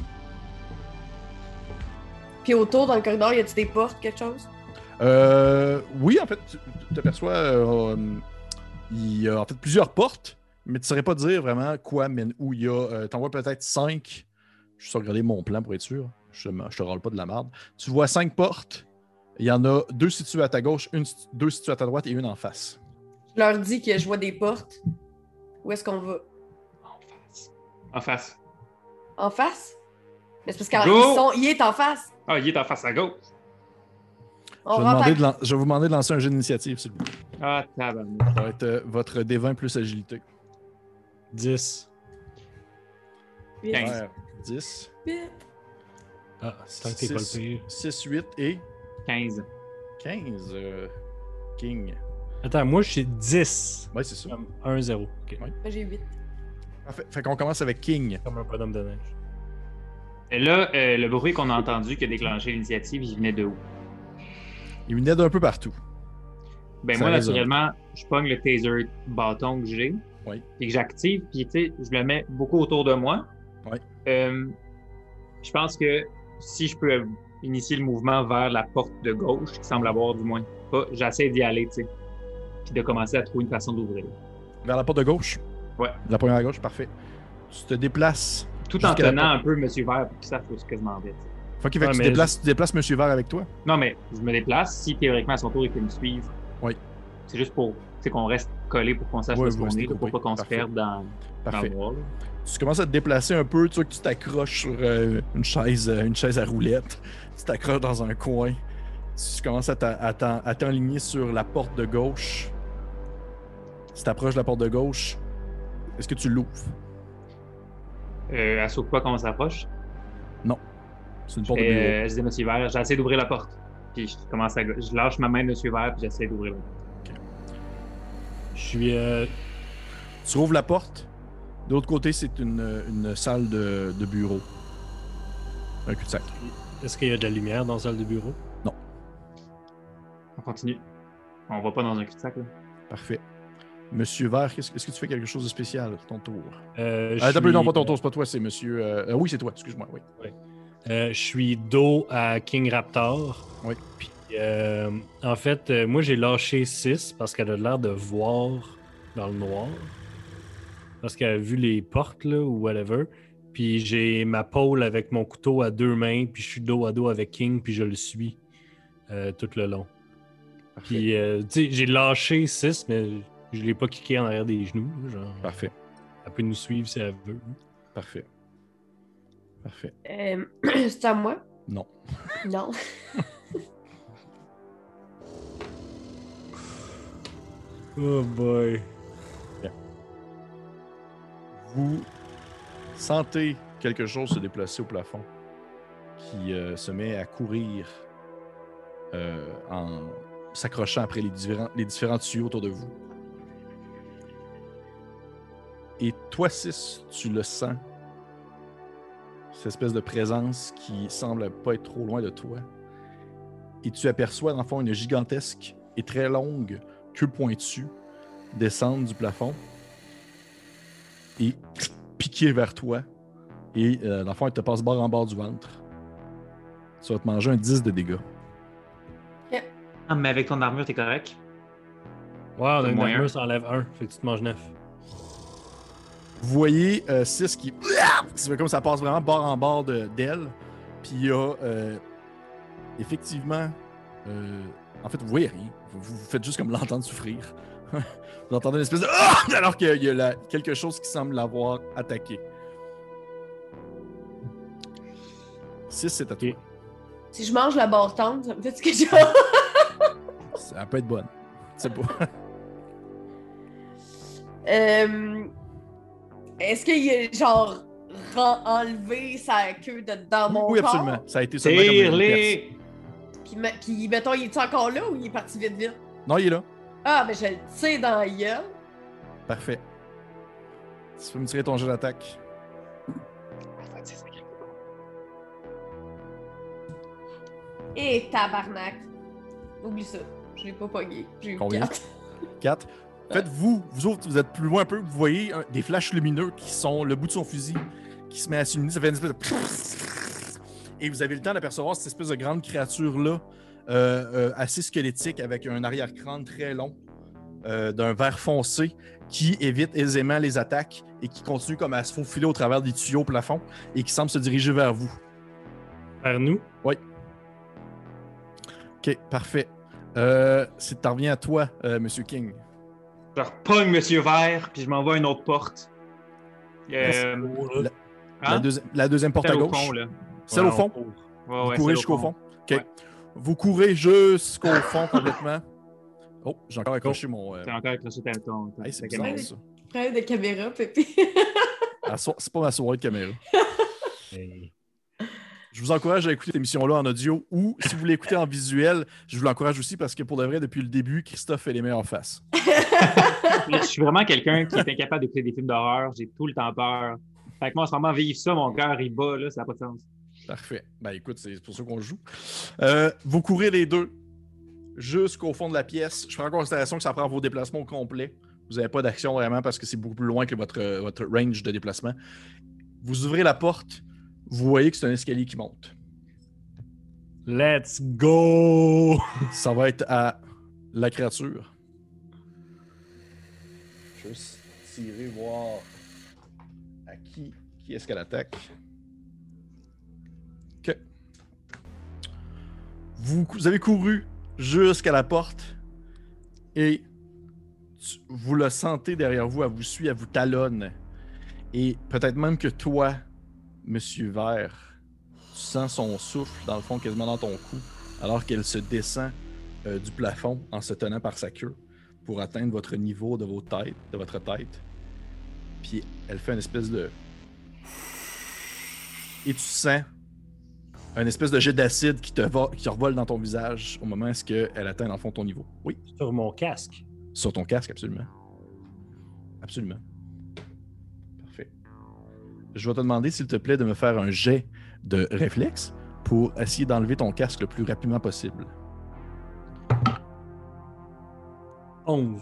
Puis autour dans le corridor, y a-t-il des portes, quelque chose? Euh, oui, en fait, tu tu t'aperçois, euh, euh, il y a en fait plusieurs portes, mais tu saurais pas dire vraiment quoi mène où. Il y a, euh, t'en vois peut-être cinq. Je suis regarder mon plan pour être sûr. Je, me- je te râle pas de la merde. Tu vois cinq portes. Il y en a deux situées à ta gauche, une, situ- deux situées à ta droite et une en face. Je leur dis que je vois des portes. Où est-ce qu'on va? En face. En face. En face? Mais c'est parce qu'il Go! est en face. Ah, il est en face à gauche. On je, vais rentre demander à... de lan- je vais vous demander de lancer un jeu d'initiative, s'il vous plaît. Ah, tabarnak. Ça va être euh, votre D20 plus agilité. 10. Quinze. Ouais, 10, Vite. Ah, tant que t'es pas Six. le pire. 6, 8 et 15. 15. euh, King. Attends, moi, je suis 10. Ouais, c'est ça. Comme 1-0. Ok. Ouais. Moi, Ben, J'ai 8. Parfait. Fait qu'on commence avec King. Comme un bonhomme de neige. Et là, euh, le bruit qu'on a entendu qui a déclenché l'initiative, il venait de où? Il venait d'un peu partout. Ben Ça moi, résonne. naturellement, je pogne le taser bâton que j'ai. Oui. Puis que j'active, puis tu sais, je le mets beaucoup autour de moi. Ouais. Euh, je pense que si je peux initier le mouvement vers la porte de gauche, qui semble avoir du moins pas, j'essaie d'y aller, tu sais. Puis de commencer à trouver une façon d'ouvrir. Vers la porte de gauche? Ouais. La première à gauche, parfait. Tu te déplaces. Tout en Jusqu'à la tenant un peu Monsieur Vert pour qu'il sache où est-ce que je m'en vais. tu sais. Fait qu'il fait Ouais, que tu, mais- déplaces, tu déplaces Monsieur Vert avec toi. Non, mais je me déplace. Si théoriquement, à son tour, il peut me suivre. Oui. C'est juste pour tu sais, qu'on reste collé pour qu'on sache Ouais, où est-ce vous qu'on restez est, pour coupés. pas qu'on se Parfait. perde dans, dans le Parfait. bois, là. Tu commences à te déplacer un peu, tu vois que tu t'accroches sur euh, une, chaise, euh, une chaise à roulette. Tu t'accroches dans un coin. Tu commences à t'a- à t'en- à t'enligner sur la porte de gauche. Si t'approches de la porte de gauche, est-ce que tu l'ouvres? Euh, à sauf quoi qu'on s'approche. C'est une porte de bureau. Et, euh, je dis Monsieur Vert, j'essaie d'ouvrir la porte. Puis je commence à. Je lâche ma main de Monsieur Vert, puis j'essaie d'ouvrir la porte. Je suis. euh, Tu rouvres la porte. De l'autre côté, c'est une, une salle de, de bureau. Un cul-de-sac. Est-ce qu'il y a de la lumière dans la salle de bureau On continue. On va pas dans un cul-de-sac, là. Parfait. Monsieur Vert, qu'est-ce- est-ce que tu fais quelque chose de spécial? Ton tour. euh, je Ah, t'as plus, non, suis- pas ton tour, c'est pas toi, c'est monsieur. euh, euh, oui, c'est toi, excuse-moi. Oui. Euh, je suis dos à King Raptor. Oui. Puis, euh, en fait, euh, moi, j'ai lâché 6 parce qu'elle a l'air de voir dans le noir. Parce qu'elle a vu les portes, là, ou whatever. Puis, j'ai ma pole avec mon couteau à deux mains. Puis, je suis dos à dos avec King. Puis, je le suis euh, tout le long. Parfait. Puis, euh, tu sais, j'ai lâché 6, mais je l'ai pas kické en arrière des genoux. là, Genre, Parfait. elle peut nous suivre si elle veut. Parfait. Parfait. Euh, c'est à moi? Non. Non. Oh boy. Vous sentez quelque chose se déplacer au plafond qui euh, se met à courir euh, en s'accrochant après les différents, les différents tuyaux autour de vous. Et toi, Six, tu le sens. Cette espèce de présence qui semble pas être trop loin de toi. Et tu aperçois, dans le fond, une gigantesque et très longue queue pointue descendre du plafond et piquer vers toi. Et euh, l'enfant, elle te passe barre en barre du ventre. Tu vas te manger un 10 de dégâts. Ah, mais avec ton armure, t'es correct. Ouais, on a une Moyen. armure, ça enlève 1. Fait que tu te manges 9. Vous voyez 6 qui. C'est comme ça passe vraiment barre en barre de- d'elle. Puis il y a euh, effectivement. euh, en fait, vous voyez rien. Vous, vous- vous faites juste comme l'entendre souffrir. vous entendez une espèce de. Ah Alors qu'il y a la- quelque chose qui semble l'avoir attaqué. 6, c'est à toi. Ok. Si je mange la barre tendre, ça me fait quelque chose. Ça peut être bonne. C'est pas. Euh, Est-ce qu'il est genre ren- enlevé sa queue de, dans mon oui, corps? absolument. Ça a été seulement comme une perce. Tire-les! Puis, me- puis, mettons, il est encore là ou il est parti vite vite? Non, il est là. Ah, mais je le tire dans la gueule. Parfait. Tu peux me tirer ton jeu d'attaque. Et tabarnak. Oublie ça. Je l'ai pas pogné. J'ai eu Combien? quatre. 4. En fait, vous, vous autres, vous êtes plus loin un peu, vous voyez un- des flashs lumineux qui sont le bout de son fusil qui se met à s'illuminer. Ça fait une espèce de. Et vous avez le temps d'apercevoir cette espèce de grande créature-là, euh, euh, assez squelettique, avec un arrière-crâne très long, euh, d'un vert foncé, qui évite aisément les attaques et qui continue comme à se faufiler au travers des tuyaux au plafond et qui semble se diriger vers vous. Vers nous. Ok, parfait. Euh, c'est- T'en reviens à toi, euh, Monsieur King. Je repogne Monsieur Vert, puis je m'envoie à une autre porte. Euh, La- hein? La, deuxi- la deuxième porte Celle à au gauche. fond, là. Celle au Ouais, on fond. court. Ouais, Vous ouais, courez celle au jusqu'au fond. fond. OK. Ouais. Vous courez jusqu'au fond complètement. Oh, j'ai encore accroché mon. euh, T'es encore accroché à ton. ton- hey, c'est ta bizarre, caméra. ça. Près de caméra, Pépé. À so- C'est pas ma soirée de caméra. Hey. Je vous encourage à écouter cette émission-là en audio ou si vous voulez écouter en visuel, je vous l'encourage aussi parce que pour de vrai, depuis le début, Christophe fait les meilleures faces. Là, je suis vraiment quelqu'un qui est incapable d'écouter des films d'horreur. J'ai tout le temps peur. Fait que moi, en ce moment, vivre ça, mon cœur, il bat, là, ça n'a pas de sens. Parfait. Ben écoute, c'est pour ça qu'on joue. Euh, vous courez les deux jusqu'au fond de la pièce. Je prends en considération que ça prend vos déplacements au complet. Vous n'avez pas d'action vraiment parce que c'est beaucoup plus loin que votre, votre range de déplacement. Vous ouvrez la porte, vous voyez que c'est un escalier qui monte. Let's go! Ça va être à la créature. Juste tirer, voir à qui, qui est-ce qu'elle attaque. Ok. Vous, vous avez couru jusqu'à la porte et tu- vous le sentez derrière vous, elle vous suit, elle vous talonne. Et peut-être même que toi, Monsieur Vert, tu sens son souffle dans le fond quasiment dans ton cou, alors qu'elle se descend euh, du plafond en se tenant par sa queue pour atteindre votre niveau de, vos têtes, de votre tête. Puis elle fait une espèce de. Et tu sens un espèce de jet d'acide qui te va, qui revole dans ton visage au moment où elle atteint dans le fond ton niveau. Oui, Sur mon casque. sur ton casque, absolument. Absolument. Parfait. Je vais te demander, s'il te plaît, de me faire un jet de réflexe pour essayer d'enlever ton casque le plus rapidement possible. 11.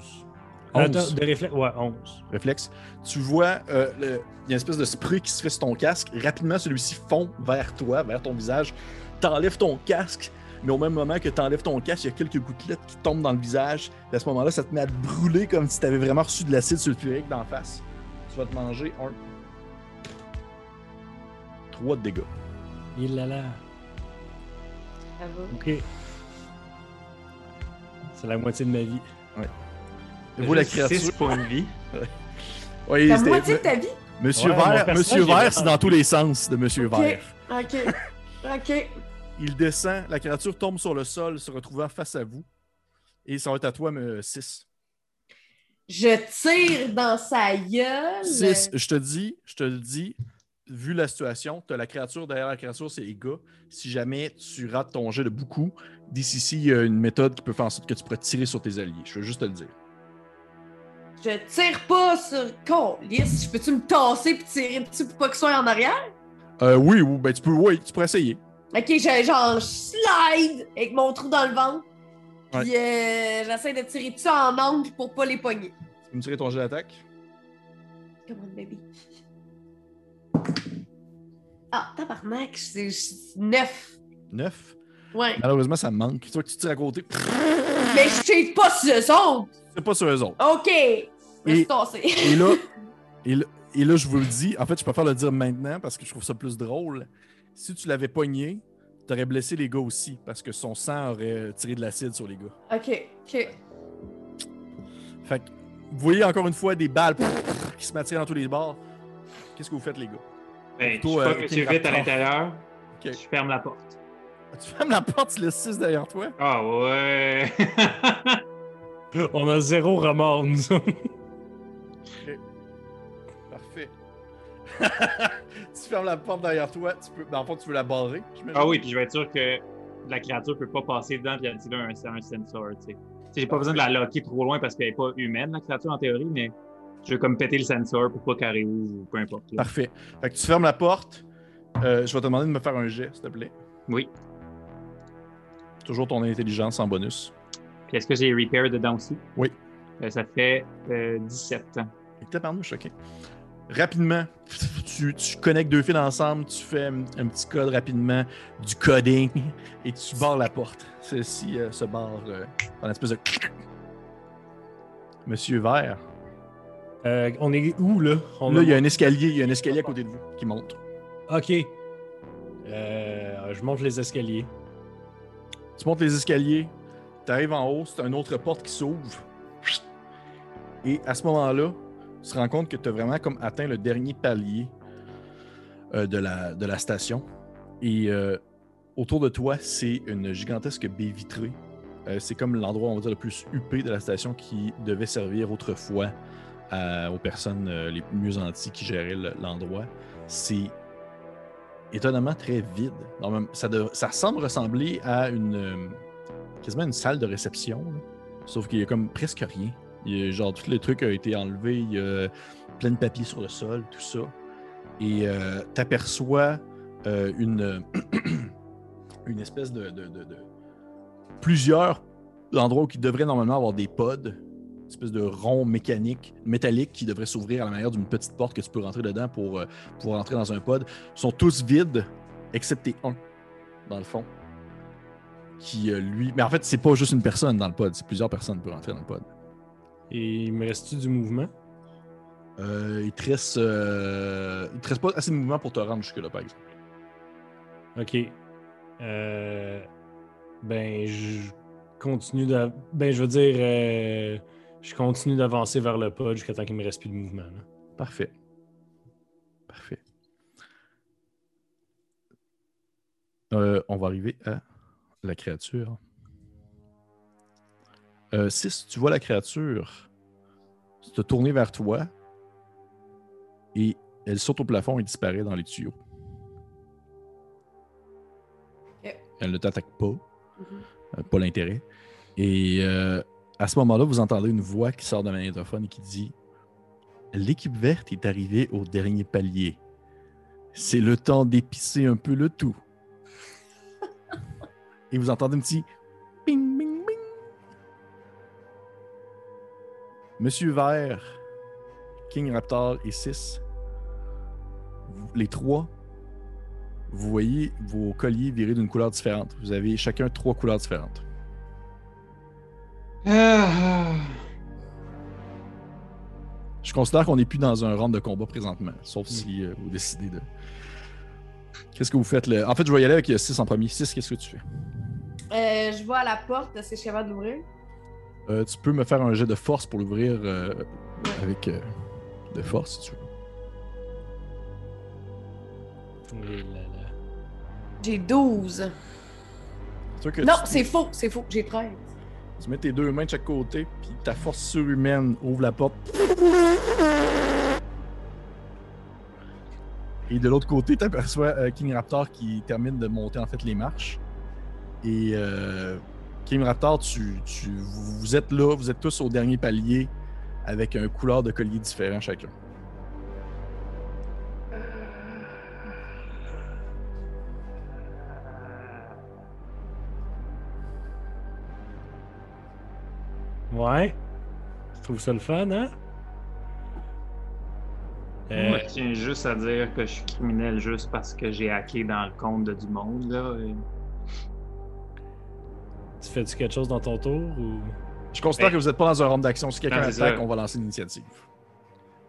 11. Attends, de réflexe. Ouais, 11. réflexe. Tu vois, euh, le- il y a une espèce de spray qui se fait sur ton casque. Rapidement, celui-ci fond vers toi, vers ton visage. T'enlèves ton casque, mais au même moment que t'enlèves ton casque, il y a quelques gouttelettes qui tombent dans le visage. Et à ce moment-là, ça te met à te brûler comme si t'avais vraiment reçu de l'acide sulfurique d'en face. Tu vas te manger un. 3 de dégâts. Il l'a là. Ça va. Ok. C'est la moitié de ma vie. Vous, la Juste six créature. points de vie. Oui, La c'était- moitié de ta vie? Monsieur Ouais, mon Vert, personnage, Monsieur il est Vert, c'est dans vraiment- tous les sens de Monsieur Ok. Vert. Ok. Ok. Il descend, la créature tombe sur le sol, se retrouvant face à vous. Et ça va être à toi, euh, 6. Je tire dans sa gueule. 6, je te dis, je te le dis, vu la situation, tu as la créature derrière la créature, c'est les gars. Si jamais tu rates ton jet de beaucoup, d'ici ici, il y a une méthode qui peut faire en sorte que tu pourrais tirer sur tes alliés. Je veux juste te le dire. Je tire pas sur. Con, Lys, je peux-tu me tasser puis tirer dessus pour pas qu'il soit en arrière? Euh, oui, oui, ben tu peux, oui, tu pourrais essayer. Ok, je- genre, je slide avec mon trou dans le ventre. Ouais. Puis euh, j'essaie de tirer dessus en angle pour pas les pogner. Tu peux me tirer ton jet d'attaque? Come on, baby. Ah, tabarnak, c'est c'est neuf. 9. Ouais. Malheureusement, ça manque. Tu vois que tu tires à côté, pff, Mais je tire pas sur eux autres. c'est pas sur eux autres. Ok. Je Et- suis tassée. Et là, et là, et là, je vous le dis, en fait, je préfère le dire maintenant parce que je trouve ça plus drôle. Si tu l'avais pogné, t'aurais blessé les gars aussi parce que son sang aurait tiré de l'acide sur les gars. Ok, ok. Fait que, vous voyez encore une fois des balles pff, qui se mettent à tirer dans tous les bords. Qu'est-ce que vous faites, les gars? Ben, Plutôt, je euh, crois King que tu vite à Raptor. l'intérieur. Ok. Je ferme la porte. Tu fermes la porte, tu laisses 6 derrière toi. Ah ouais! On a zéro remords, nous autres. Parfait. tu fermes la porte derrière toi. Tu peux... Dans le fond, tu veux la barrer. j'imagine? ah oui, puis je vais être sûr que la créature peut pas passer dedans et activer un, un sensor, tu sais. Tu sais, j'ai pas besoin de la locker trop loin parce qu'elle est pas humaine, la créature, en théorie, mais je vais comme péter le sensor pour pas qu'elle réouvre ou peu importe. là. Parfait. Fait que tu fermes la porte. Euh, je vais te demander de me faire un jet, s'il te plaît. Oui. Toujours ton intelligence en bonus. Puis est-ce que j'ai repair dedans aussi? Oui. Euh, ça fait euh, 17 ans. Et tabarnouche, ok. Rapidement, tu, tu connectes deux fils ensemble, tu fais un, un petit code rapidement, du coding, et tu barres la porte. Celle-ci euh, se barre euh, dans l'espèce de... Monsieur Vert. Euh, on est où, là? On Là, a- il y a un escalier, il y a un escalier à côté de vous qui monte. Ok. Euh, je monte les escaliers. Tu montes les escaliers, tu arrives en haut, c'est une autre porte qui s'ouvre. Et à ce moment-là, tu te rends compte que tu as vraiment comme atteint le dernier palier euh, de, la, de la station. Et euh, autour de toi, c'est une gigantesque baie vitrée. Euh, c'est comme l'endroit, on va dire, le plus huppé de la station qui devait servir autrefois à- aux personnes euh, les mieux anties qui géraient le- l'endroit. C'est étonnamment très vide. Non, même, ça, dev- ça semble ressembler à une euh, quasiment une salle de réception, là. sauf qu'il y a comme presque rien. Il y a, genre tout le truc a été enlevé, il y a plein de papiers sur le sol, tout ça. Et euh, t'aperçois euh, une une espèce de, de- de- de- plusieurs endroits qui devraient normalement avoir des pods espèce de rond mécanique, métallique qui devrait s'ouvrir à la manière d'une petite porte que tu peux rentrer dedans pour euh, pouvoir entrer dans un pod. Ils sont tous vides, excepté un, dans le fond. Qui, euh, lui. Mais en fait, c'est pas juste une personne dans le pod, c'est plusieurs personnes pour rentrer dans le pod. Et il me reste-tu du mouvement? Euh, il, te reste, euh, il te reste pas assez de mouvement pour te rendre jusque-là, par exemple. Ok. Euh, ben, je continue de. Ben, je veux dire, euh, je continue d'avancer vers le pod jusqu'à temps qu'il me reste plus de mouvement. là. Parfait. Parfait. Euh, on va arriver à la créature. 6, tu vois la créature se te tourner vers toi et elle saute au plafond et disparaît dans les tuyaux. Ok. Elle ne t'attaque pas, euh, pas l'intérêt. Et euh, à ce moment-là, vous entendez une voix qui sort de magnétophone et qui dit L'équipe verte est arrivée au dernier palier. C'est le temps d'épicer un peu le tout. Et vous entendez un petit ping, ping, ping. Monsieur Vert, King Raptor et 6, les trois, vous voyez vos colliers virer d'une couleur différente. Vous avez chacun trois couleurs différentes. Je considère qu'on n'est plus dans un round de combat présentement, sauf si euh, vous décidez de. Qu'est-ce que vous faites là? En fait, je vais y aller avec 6 en premier. 6, qu'est-ce que tu fais? Euh, je vais à la porte, est-ce que je suis capable d'ouvrir? Euh, tu peux me faire un jet de force pour l'ouvrir euh, avec euh, de force si tu veux. Et là, là. J'ai 12. Toi que Non, tu- c'est faux, c'est faux, j'ai 13. Tu mets tes deux mains de chaque côté, puis ta force surhumaine ouvre la porte. Et de l'autre côté, tu aperçois King Raptor qui termine de monter en fait les marches. Et euh, King Raptor, tu, tu- vous vous êtes là, vous êtes tous au dernier palier avec un couleur de collier différent chacun. Ouais. Tu trouves ça le fun, hein? Euh, Moi, je tiens juste à dire que je suis criminel juste parce que j'ai hacké dans le compte de du monde, là. et- Tu fais-tu quelque chose dans ton tour ou. Je considère Ben- que vous n'êtes pas dans un round d'action. Si quelqu'un Non, c'est ça. attaque, on va lancer l'initiative.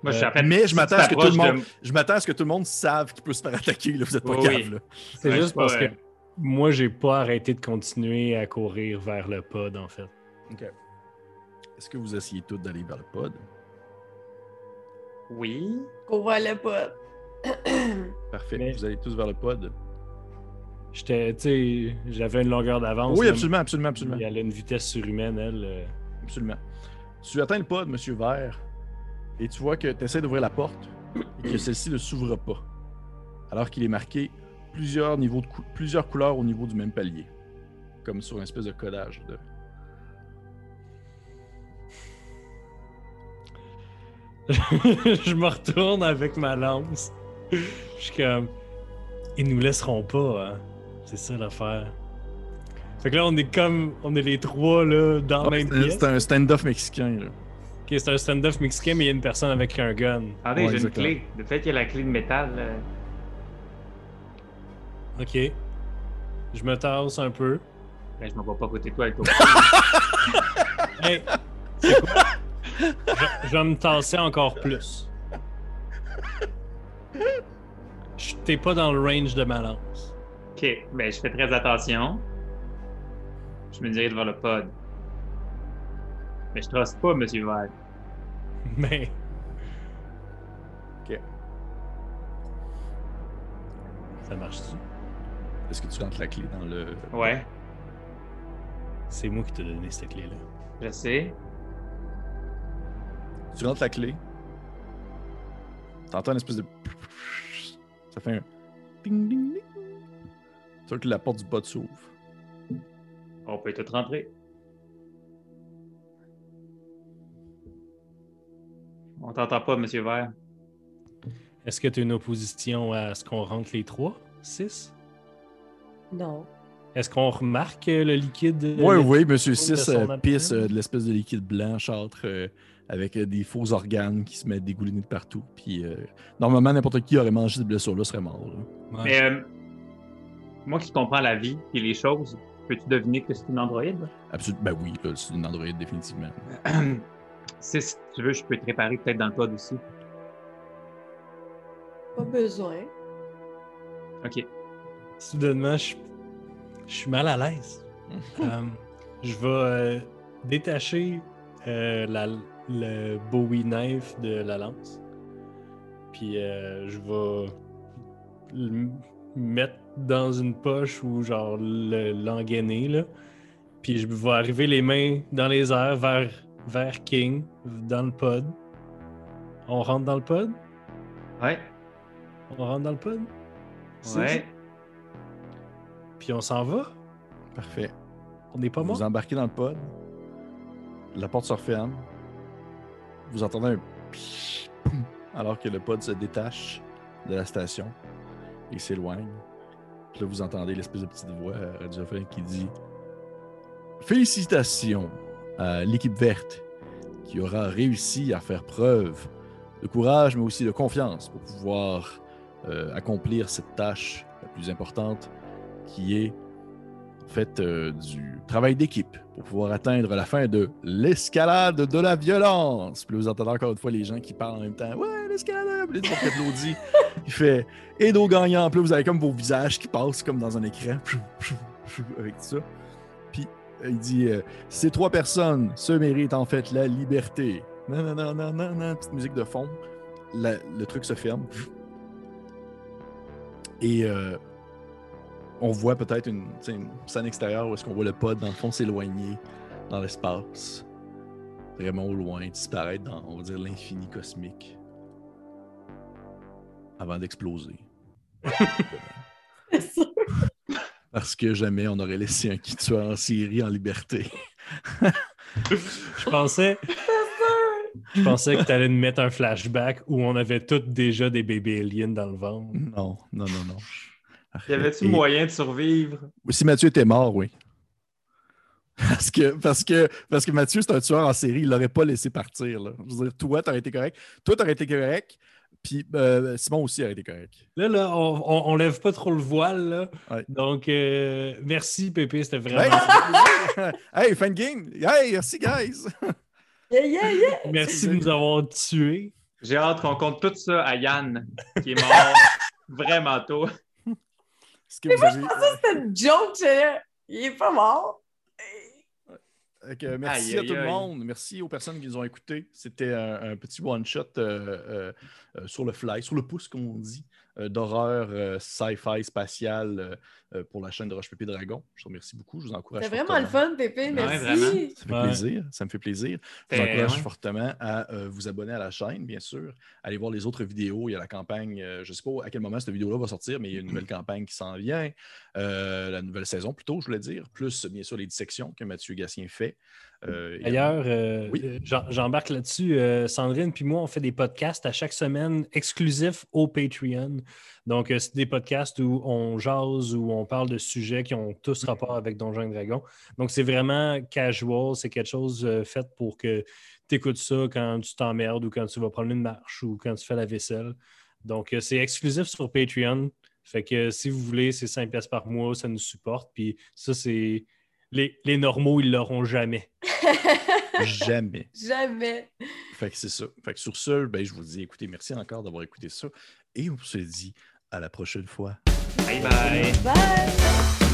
Moi, Euh, en fait, mais je si m'attends à ce que tout le t'approches de- monde- Je m'attends à ce que tout le monde sache qu'il peut se faire attaquer. Là. Vous êtes pas Oui, cave. oui. Là. C'est Ouais, juste c'est pas parce que vrai. moi, j'ai pas arrêté de continuer à courir vers le pod, en fait. Est-ce que vous essayez tous d'aller vers le pod? Oui. Qu'on voit le pot. Parfait. Mais- Vous allez tous vers le pod. J'étais, tu sais, j'avais une longueur d'avance. oui, là, absolument, absolument, absolument, mais Elle a une vitesse surhumaine, elle. euh. absolument. Tu atteins le pod, monsieur Vert, et tu vois que tu essaies d'ouvrir la porte et que celle-ci ne s'ouvre pas. Alors qu'il est marqué plusieurs, niveaux de cou- plusieurs couleurs au niveau du même palier. Comme sur une espèce de codage. De... je me retourne avec ma lance. Je suis comme. Ils nous laisseront pas, hein. C'est ça l'affaire. Fait que là, on est comme. On est les trois, là, dans la même Ah, C'est un- pièce. c'est un stand-off mexicain. là. Ok, c'est un stand-off mexicain, mais il y a une personne avec un gun. Ouais, Attendez, Ah, j'ai une exactement. clé. De fait, il y a la clé de métal. euh, Ok. Je me tasse un peu. Ben, je m'en vais pas à côté de toi avec ton Hey, c'est quoi? Je, je vais me tasser encore plus. Je- T'es pas dans le range de ma lance. Ok, ben, je fais très attention. Je me dirige vers le pod. Mais je trace pas, monsieur Vert. Mais. Ok. Ça marche-tu? Est-ce que tu rentres la clé dans le. Ouais, C'est moi qui t'ai donné cette clé-là. je sais. Tu rentres la clé. T'entends une espèce de. Ça fait un. Ding, ding, ding. Tu vois que la porte du bas s'ouvre. On peut tout rentrer. On t'entend pas, monsieur Vert. Est-ce que t'as une opposition à ce qu'on rentre les trois? Six? Non. Est-ce qu'on remarque euh, le liquide? euh, Oui, le- oui, Monsieur son 6 euh, abdomen. pisse euh, de l'espèce de liquide blanc châtre euh, avec euh, des faux organes qui se mettent dégoulinés de partout. Puis euh, normalement, n'importe qui aurait mangé cette blessure-là serait mort. là. Ouais. Mais euh, moi qui comprends la vie et les choses, peux-tu deviner que c'est une androïde? Absolument. Ben oui, là, c'est une androïde, définitivement. Si, si tu veux, je peux te réparer peut-être dans le code aussi. Pas besoin. Ok. Soudainement, je, je suis mal à l'aise. Euh, je vais euh, détacher euh, la- le Bowie knife de la lance. Puis euh, je vais le m- mettre dans une poche ou genre le- l'engainer. là. Puis je vais arriver les mains dans les airs vers, vers King, dans le pod. On rentre dans le pod? Ouais. On rentre dans le pod? Ouais. Puis on s'en va? Parfait. On n'est pas vous mort? embarquez dans le pod. La porte se referme. Vous entendez un psh, poum, alors que le pod se détache de la station et s'éloigne. Puis Là, vous entendez l'espèce de petite voix euh, radiophonique qui dit Félicitations à l'équipe verte qui aura réussi à faire preuve de courage, mais aussi de confiance pour pouvoir euh, accomplir cette tâche la plus importante qui est en fait euh, du travail d'équipe pour pouvoir atteindre la fin de l'escalade de la violence. Puis là, vous entendez encore une fois les gens qui parlent en même temps. Ouais, l'escalade! Puis là, tout le monde applaudit. Il fait et nos gagnants. Puis là, vous avez comme vos visages qui passent comme dans un écran Pfiou, pfiou, pfiou, avec ça. Puis euh, il dit euh, ces trois personnes se méritent en fait la liberté. Non, non, non, non, non, non. Petite musique de fond. La- le truc se ferme. Pfiou. Et euh, on voit peut-être une, tu sais, une scène extérieure où est-ce qu'on voit le pod dans le fond s'éloigner dans l'espace, vraiment au loin, disparaître dans, on va dire, l'infini cosmique, avant d'exploser. Parce que jamais on aurait laissé un qui tueur en Syrie en liberté. Je pensais. Je pensais que t'allais nous mettre un flashback où on avait tous déjà des bébés aliens dans le ventre. Non, non, non, non. Y avait-tu Et- moyen de survivre? Si Mathieu était mort, oui. Parce que, parce que, parce que Mathieu, c'est un tueur en série, il l'aurait pas laissé partir. là. Je veux dire, toi, t'aurais été correct. Toi, t'aurais été correct. Puis euh, Simon aussi aurait été correct. Là, là, on, on- on lève pas trop le voile, là. Ouais. Donc, euh, merci, Pépé, c'était vraiment. Hey, hey, fin de game! Hey, merci, guys! Yeah, yeah, yeah. Merci de nous avoir tués. J'ai hâte qu'on compte tout ça à Yann, qui est mort vraiment tôt. Est-ce que vous avez... C'est une joke, j'étais là, Il est pas mort. Fait Euh, que merci Aïe, à tout aïe, le aïe. monde. Merci aux personnes qui nous ont écoutés. C'était un, un petit one-shot euh, euh, euh, sur le fly, sur le pouce, comme on dit, euh, d'horreur euh, sci-fi spatiale euh, euh, pour la chaîne de Roche Pépé Dragon. Je vous remercie beaucoup. Je vous encourage. C'est vraiment le fortement. fun, Pépé. Ouais, Merci. vraiment. Ça fait Ouais. Ben, plaisir. Ça me fait plaisir. Je vous Euh, encourage ouais. fortement à euh, vous abonner à la chaîne, bien sûr. Allez voir les autres vidéos. Il y a la campagne, euh, je ne sais pas à quel moment cette vidéo-là va sortir, mais il y a une nouvelle campagne qui s'en vient. Euh, la nouvelle saison, plutôt, je voulais dire. Plus, bien sûr, les dissections que Mathieu Gassien fait. Euh, également. D'ailleurs, euh, Oui. euh, j'en- j'embarque là-dessus. euh, Sandrine puis moi, on fait des podcasts à chaque semaine exclusifs au Patreon. Donc, euh, c'est des podcasts où on jase, où on parle de sujets qui ont tous rapport avec Donjons et Dragons. Donc, c'est vraiment casual. C'est quelque chose euh, fait pour que tu écoutes ça quand tu t'emmerdes ou quand tu vas prendre une marche ou quand tu fais la vaisselle. Donc, euh, c'est exclusif sur Patreon. Fait que euh, si vous voulez, c'est 5 pièces par mois, ça nous supporte. Puis ça, c'est... Les, les normaux, ils l'auront jamais. jamais. Jamais. Fait que c'est ça. Fait que sur ce, ben, je vous dis, écoutez, merci encore d'avoir écouté ça. Et on se dit à la prochaine fois. Bye bye! Bye.